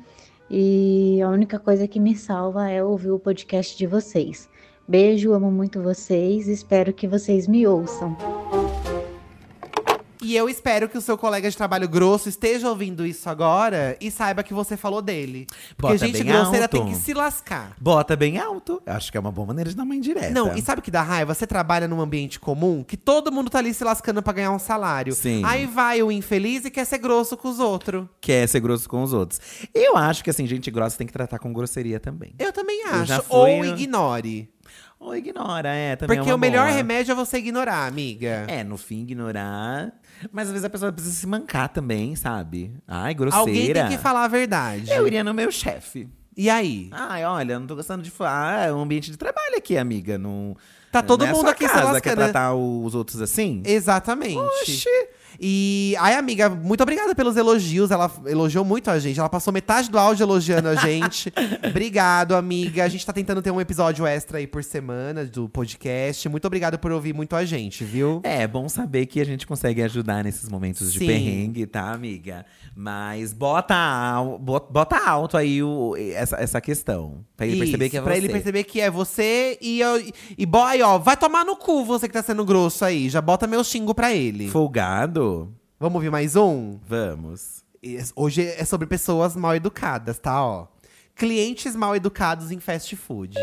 Speaker 4: E a única coisa que me salva é ouvir o podcast de vocês. Beijo, amo muito vocês, espero que vocês me ouçam.
Speaker 1: E eu espero que o seu colega de trabalho grosso esteja ouvindo isso agora e saiba que você falou dele. Porque
Speaker 2: Bota
Speaker 1: gente
Speaker 2: bem
Speaker 1: grosseira
Speaker 2: alto.
Speaker 1: tem que se lascar.
Speaker 2: Bota bem alto. Acho que é tá. uma boa maneira de dar uma indireta.
Speaker 1: Não, e sabe o que dá raiva? Você trabalha num ambiente comum que todo mundo tá ali se lascando pra ganhar um salário.
Speaker 2: Sim.
Speaker 1: Aí vai o infeliz e quer ser grosso com os outros.
Speaker 2: Quer é ser grosso com os outros. Eu acho que, assim, gente grossa tem que tratar com grosseria também.
Speaker 1: Eu também
Speaker 2: Eu
Speaker 1: acho.
Speaker 2: já
Speaker 1: Ou
Speaker 2: fui-
Speaker 1: ignore.
Speaker 2: Ou ignora, é. Também
Speaker 1: Porque
Speaker 2: é uma
Speaker 1: o melhor
Speaker 2: boa.
Speaker 1: remédio é você ignorar, amiga.
Speaker 2: É, no fim, ignorar. Mas às vezes a pessoa precisa se mancar também, sabe? Ai, grosseira.
Speaker 1: Alguém tem que falar a verdade.
Speaker 2: Eu iria Ah. no meu chefe.
Speaker 1: E aí?
Speaker 2: Ai, olha, não tô gostando de falar. Ah, é um ambiente de trabalho aqui, amiga. Não,
Speaker 1: Tá todo
Speaker 2: não é a
Speaker 1: mundo
Speaker 2: sua
Speaker 1: aqui se
Speaker 2: casa, Quer
Speaker 1: lascando.
Speaker 2: tratar os outros assim?
Speaker 1: Exatamente.
Speaker 2: Oxi.
Speaker 1: E ai, amiga, muito obrigada pelos elogios. Ela elogiou muito a gente. Ela passou metade do áudio elogiando a gente. obrigado, amiga. A gente tá tentando ter um episódio extra aí por semana do podcast. Muito obrigado por ouvir muito a gente, viu?
Speaker 2: É bom saber que a gente consegue ajudar nesses momentos de
Speaker 1: Sim.
Speaker 2: perrengue, tá, amiga? Mas bota, al- bo- bota alto aí o- essa, essa questão. Pra ele perceber
Speaker 1: Isso,
Speaker 2: que é você.
Speaker 1: pra ele perceber que é você e, eu, e boy, ó, vai tomar no cu você que tá sendo grosso aí. Já bota meu xingo pra ele.
Speaker 2: Folgado?
Speaker 1: Vamos ouvir mais um?
Speaker 2: Vamos.
Speaker 1: Es- Hoje é sobre pessoas mal educadas, tá? Ó. Clientes mal educados em fast food.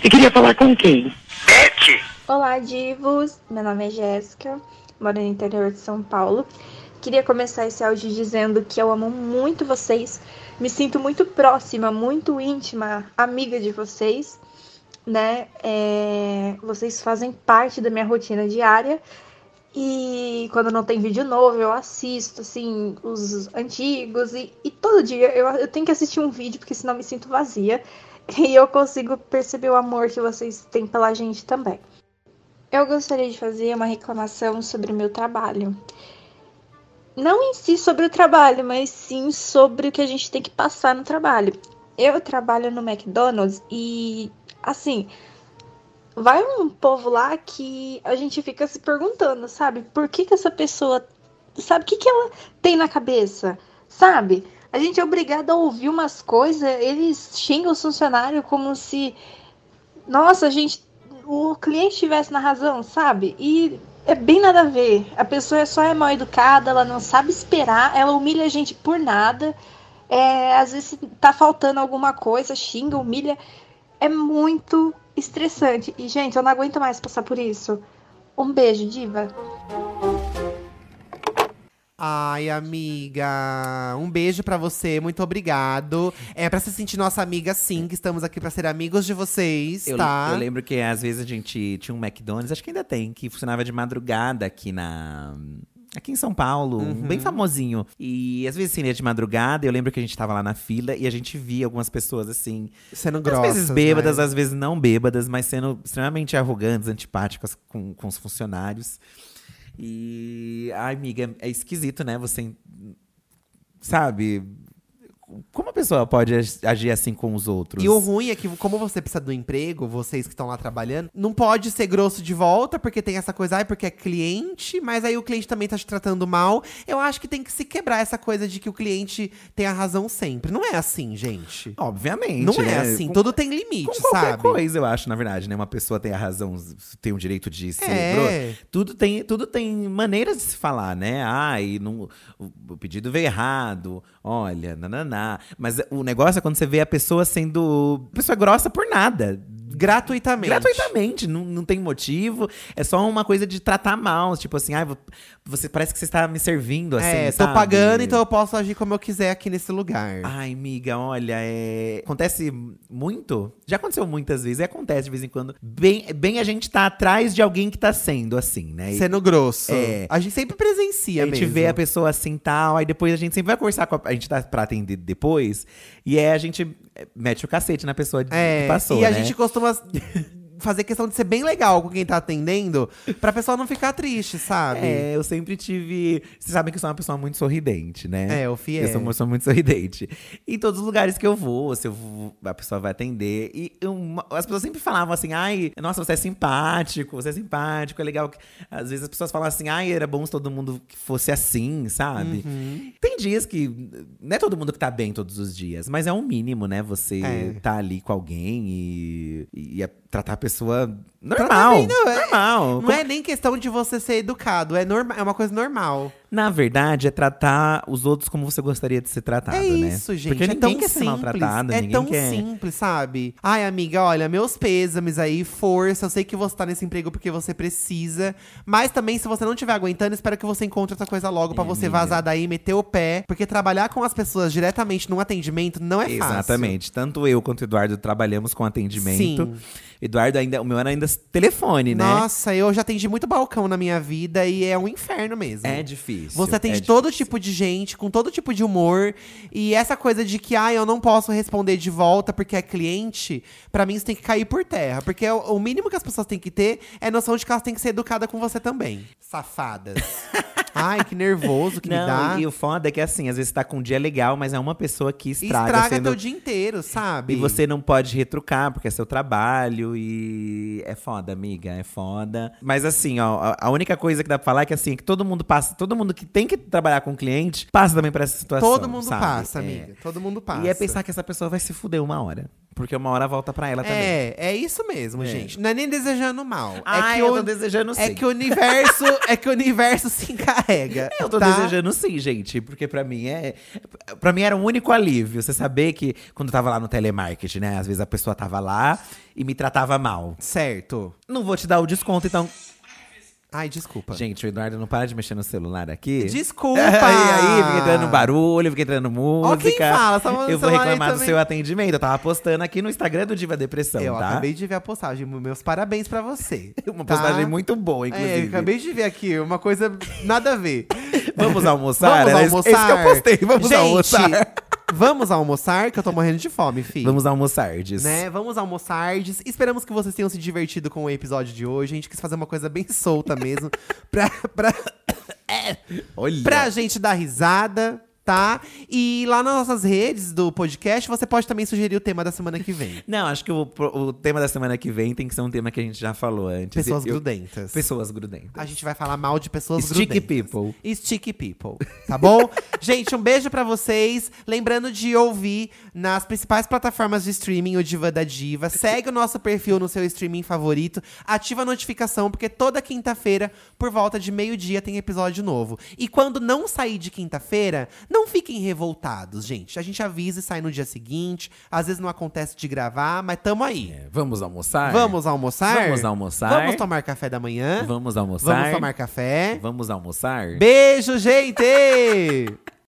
Speaker 3: Você queria falar com quem?
Speaker 5: Olá, divos! Meu nome é Jéssica, moro no interior de São Paulo. Queria começar esse áudio dizendo que eu amo muito vocês, me sinto muito próxima, muito íntima, amiga de vocês, né? É, Vocês fazem parte da minha rotina diária e quando não tem vídeo novo eu assisto, assim, os antigos e, e todo dia eu, eu tenho que assistir um vídeo porque senão eu me sinto vazia e eu consigo perceber o amor que vocês têm pela gente também. Eu gostaria de fazer uma reclamação sobre o meu trabalho. Não em si sobre o trabalho, mas sim sobre o que a gente tem que passar no trabalho. Eu trabalho no McDonald's e, assim, vai um povo lá que a gente fica se perguntando, sabe? Por que, que essa pessoa. Sabe? O que, que ela tem na cabeça? Sabe? A gente é obrigado a ouvir umas coisas, eles xingam os funcionários como se. Nossa, a gente o cliente estivesse na razão, sabe? E é bem nada a ver. A pessoa só é mal educada, ela não sabe esperar, ela humilha a gente por nada. É, às vezes tá faltando alguma coisa, xinga, humilha. É muito estressante. E, gente, eu não aguento mais passar por isso. Um beijo, Diva.
Speaker 1: Ai, amiga, um beijo pra você, muito obrigado. É pra se sentir nossa amiga, sim, que estamos aqui pra ser amigos de vocês,
Speaker 2: Eu,
Speaker 1: tá?
Speaker 2: eu lembro que às vezes a gente tinha um McDonald's, acho que ainda tem, que funcionava de madrugada aqui na. Aqui em São Paulo, um bem famosinho. E às vezes assim, ia de madrugada, eu lembro que a gente tava lá na fila e a gente via algumas pessoas assim,
Speaker 1: Sendo
Speaker 2: às
Speaker 1: grossas,
Speaker 2: vezes bêbadas,
Speaker 1: né?
Speaker 2: às vezes não bêbadas, mas sendo extremamente arrogantes, antipáticas com, com os funcionários. E, ai, amiga, é esquisito, né? Você, sabe, como a pessoa pode ag- agir assim com os outros?
Speaker 1: E o ruim é que, como você precisa do emprego, vocês que estão lá trabalhando, não pode ser grosso de volta, porque tem essa coisa, ai, porque é cliente, mas aí o cliente também tá te tratando mal. Eu acho que tem que se quebrar essa coisa de que o cliente tem a razão sempre. Não é assim, gente.
Speaker 2: Obviamente.
Speaker 1: Não é
Speaker 2: né?
Speaker 1: assim,
Speaker 2: Com-
Speaker 1: tudo tem limite,
Speaker 2: com qualquer
Speaker 1: sabe?
Speaker 2: coisa, eu acho, na verdade, né? Uma pessoa tem a razão, tem o direito de ser
Speaker 1: É.
Speaker 2: grossa. Tudo tem, tudo tem maneiras de se falar, né? Ai, não, o, o pedido veio errado, olha, nananá. Mas o negócio é quando você vê a pessoa sendo… Pessoa grossa por nada.
Speaker 1: Gratuitamente.
Speaker 2: Gratuitamente, não, não tem motivo. É só uma coisa de tratar mal. Tipo assim, ai, vo- você parece que você está me servindo assim.
Speaker 1: é, tô
Speaker 2: sabe?
Speaker 1: pagando, então eu posso agir como eu quiser aqui nesse lugar.
Speaker 2: Ai, amiga, olha, é... acontece muito. Já aconteceu muitas vezes, e acontece de vez em quando. Bem, bem a gente tá atrás de alguém que tá sendo assim, né? E
Speaker 1: Sendo grosso.
Speaker 2: É.
Speaker 1: A gente sempre presencia
Speaker 2: a gente
Speaker 1: mesmo.
Speaker 2: vê a pessoa assim tal, aí depois a gente sempre vai conversar com a. A gente tá pra atender depois, e é a gente é, mete o cacete na pessoa de-
Speaker 1: É,
Speaker 2: que passou.
Speaker 1: e a
Speaker 2: né?
Speaker 1: gente costuma fazer questão de ser bem legal com quem tá atendendo, pra pessoa não ficar triste, sabe?
Speaker 2: É, eu sempre tive. Vocês sabem que eu sou uma pessoa muito sorridente, né?
Speaker 1: É, o Fih é.
Speaker 2: Eu sou uma pessoa muito sorridente. Em todos os lugares que eu vou, se eu vou, a pessoa vai atender. E eu- uma- as pessoas sempre falavam assim: ai, nossa, você é simpático, você é simpático, é legal. que-" Às vezes as pessoas falam assim: ai, era bom se todo mundo que fosse assim, sabe?
Speaker 1: Uhum.
Speaker 2: Tem dias que. Não é todo mundo que tá bem todos os dias, mas é um mínimo, né? Você
Speaker 1: É.
Speaker 2: tá ali com alguém e, e é tratar a pessoa
Speaker 1: Tratar
Speaker 2: normal.
Speaker 1: bem, não, é-
Speaker 2: normal.
Speaker 1: Não é nem questão de você ser educado, é, norma é uma coisa normal.
Speaker 2: Na verdade, é tratar os outros como você gostaria de ser tratado,
Speaker 1: é
Speaker 2: né?
Speaker 1: isso, gente.
Speaker 2: Porque
Speaker 1: é
Speaker 2: ninguém
Speaker 1: tão
Speaker 2: quer ser
Speaker 1: simples.
Speaker 2: maltratado,
Speaker 1: é
Speaker 2: ninguém
Speaker 1: tão
Speaker 2: quer.
Speaker 1: simples, sabe? Ai, amiga, olha, meus pêsames aí, força. Eu sei que você tá nesse emprego porque você precisa. Mas também, se você não estiver aguentando, espero que você encontre outra coisa logo pra
Speaker 2: É,
Speaker 1: você
Speaker 2: amiga.
Speaker 1: vazar daí, meter o pé. Porque trabalhar com as pessoas diretamente num atendimento não é fácil.
Speaker 2: Exatamente. Tanto eu quanto o Eduardo trabalhamos com atendimento.
Speaker 1: Sim.
Speaker 2: Eduardo ainda, o meu era ainda telefone, né?
Speaker 1: Nossa, eu já atendi muito balcão na minha vida e é um inferno mesmo.
Speaker 2: É difícil.
Speaker 1: Você atende
Speaker 2: é
Speaker 1: todo tipo de gente, com todo tipo de humor. E essa coisa de que, ah, eu não posso responder de volta porque é cliente, pra mim isso tem que cair por terra. Porque é o o mínimo que as pessoas têm que ter é noção de que elas têm que ser educadas com você também. Safadas. Ai, que nervoso que me dá.
Speaker 2: Não, e o foda é que assim, às vezes você tá com um dia legal, mas é uma pessoa que
Speaker 1: E
Speaker 2: estraga,
Speaker 1: Estraga
Speaker 2: sendo-
Speaker 1: teu dia inteiro, sabe?
Speaker 2: E você não pode retrucar, porque é seu trabalho e é foda, amiga, é foda. Mas assim, ó, a- a única coisa que dá pra falar é que assim, que todo mundo passa, todo mundo que tem que trabalhar com cliente, passa também por essa situação.
Speaker 1: Todo mundo
Speaker 2: sabe?
Speaker 1: passa,
Speaker 2: É.
Speaker 1: amiga. Todo mundo passa.
Speaker 2: E é pensar que essa pessoa vai se fuder uma hora. Porque uma hora volta pra ela também.
Speaker 1: É, é isso mesmo,
Speaker 2: É.
Speaker 1: gente. Não é nem desejando mal. é
Speaker 2: Ah,
Speaker 1: que
Speaker 2: eu
Speaker 1: o-
Speaker 2: tô desejando sim.
Speaker 1: É que o universo, é que o universo se encarrega.
Speaker 2: Eu tô
Speaker 1: tá?
Speaker 2: desejando sim, gente, porque pra mim é. para mim era um único alívio. Você saber que quando eu tava lá no telemarketing, né? Às vezes a pessoa tava lá e me tratava mal.
Speaker 1: Certo.
Speaker 2: Não vou te dar o desconto, então.
Speaker 1: Ai, desculpa.
Speaker 2: Gente, o Eduardo não para de mexer no celular aqui.
Speaker 1: Desculpa!
Speaker 2: E aí, fica entrando barulho, fica entrando música.
Speaker 1: Ó, quem fala, tá falando
Speaker 2: eu vou
Speaker 1: celular aí
Speaker 2: reclamar do
Speaker 1: também.
Speaker 2: seu atendimento. Eu tava postando aqui no Instagram do Diva Depressão,
Speaker 1: Eu
Speaker 2: tá?
Speaker 1: acabei de ver a postagem. Meus parabéns pra você.
Speaker 2: Uma
Speaker 1: tá?
Speaker 2: postagem muito boa,
Speaker 1: É,
Speaker 2: inclusive.
Speaker 1: acabei de ver aqui uma coisa nada a ver.
Speaker 2: Vamos almoçar?
Speaker 1: vamos
Speaker 2: Era isso-
Speaker 1: almoçar.
Speaker 2: é Isso que eu postei. Vamos
Speaker 1: Gente,
Speaker 2: almoçar.
Speaker 1: Vamos almoçar, que eu tô morrendo de fome, filho.
Speaker 2: Vamos almoçar, diz.
Speaker 1: Né? Vamos almoçar. Diz- Esperamos que vocês tenham se divertido com o episódio de hoje. A gente quis fazer uma coisa bem solta mesmo. pra, pra,
Speaker 2: Olha.
Speaker 1: pra gente dar risada, tá? E lá nas nossas redes do podcast, você pode também sugerir o tema da semana que vem.
Speaker 2: Não, acho que o, o tema da semana que vem tem que ser um tema que a gente já falou antes.
Speaker 1: Pessoas
Speaker 2: Eu-
Speaker 1: grudentas.
Speaker 2: Pessoas grudentas.
Speaker 1: A gente vai falar mal de pessoas
Speaker 2: Stick
Speaker 1: grudentas.
Speaker 2: people.
Speaker 1: E Stick people, tá bom? gente, um beijo pra vocês. Lembrando de ouvir nas principais plataformas de streaming o Diva da Diva. Segue o nosso perfil no seu streaming favorito. Ativa a notificação, porque toda quinta-feira, por volta de meio-dia, tem episódio novo. E quando não sair de quinta-feira, não Não fiquem revoltados, gente. A gente avisa e sai no dia seguinte. Às vezes não acontece de gravar, mas tamo aí.
Speaker 2: É, Vamos almoçar?
Speaker 1: Vamos né? almoçar?
Speaker 2: Vamos almoçar?
Speaker 1: Vamos tomar café da manhã?
Speaker 2: Vamos almoçar?
Speaker 1: Vamos tomar café?
Speaker 2: Vamos almoçar?
Speaker 1: Beijo, gente!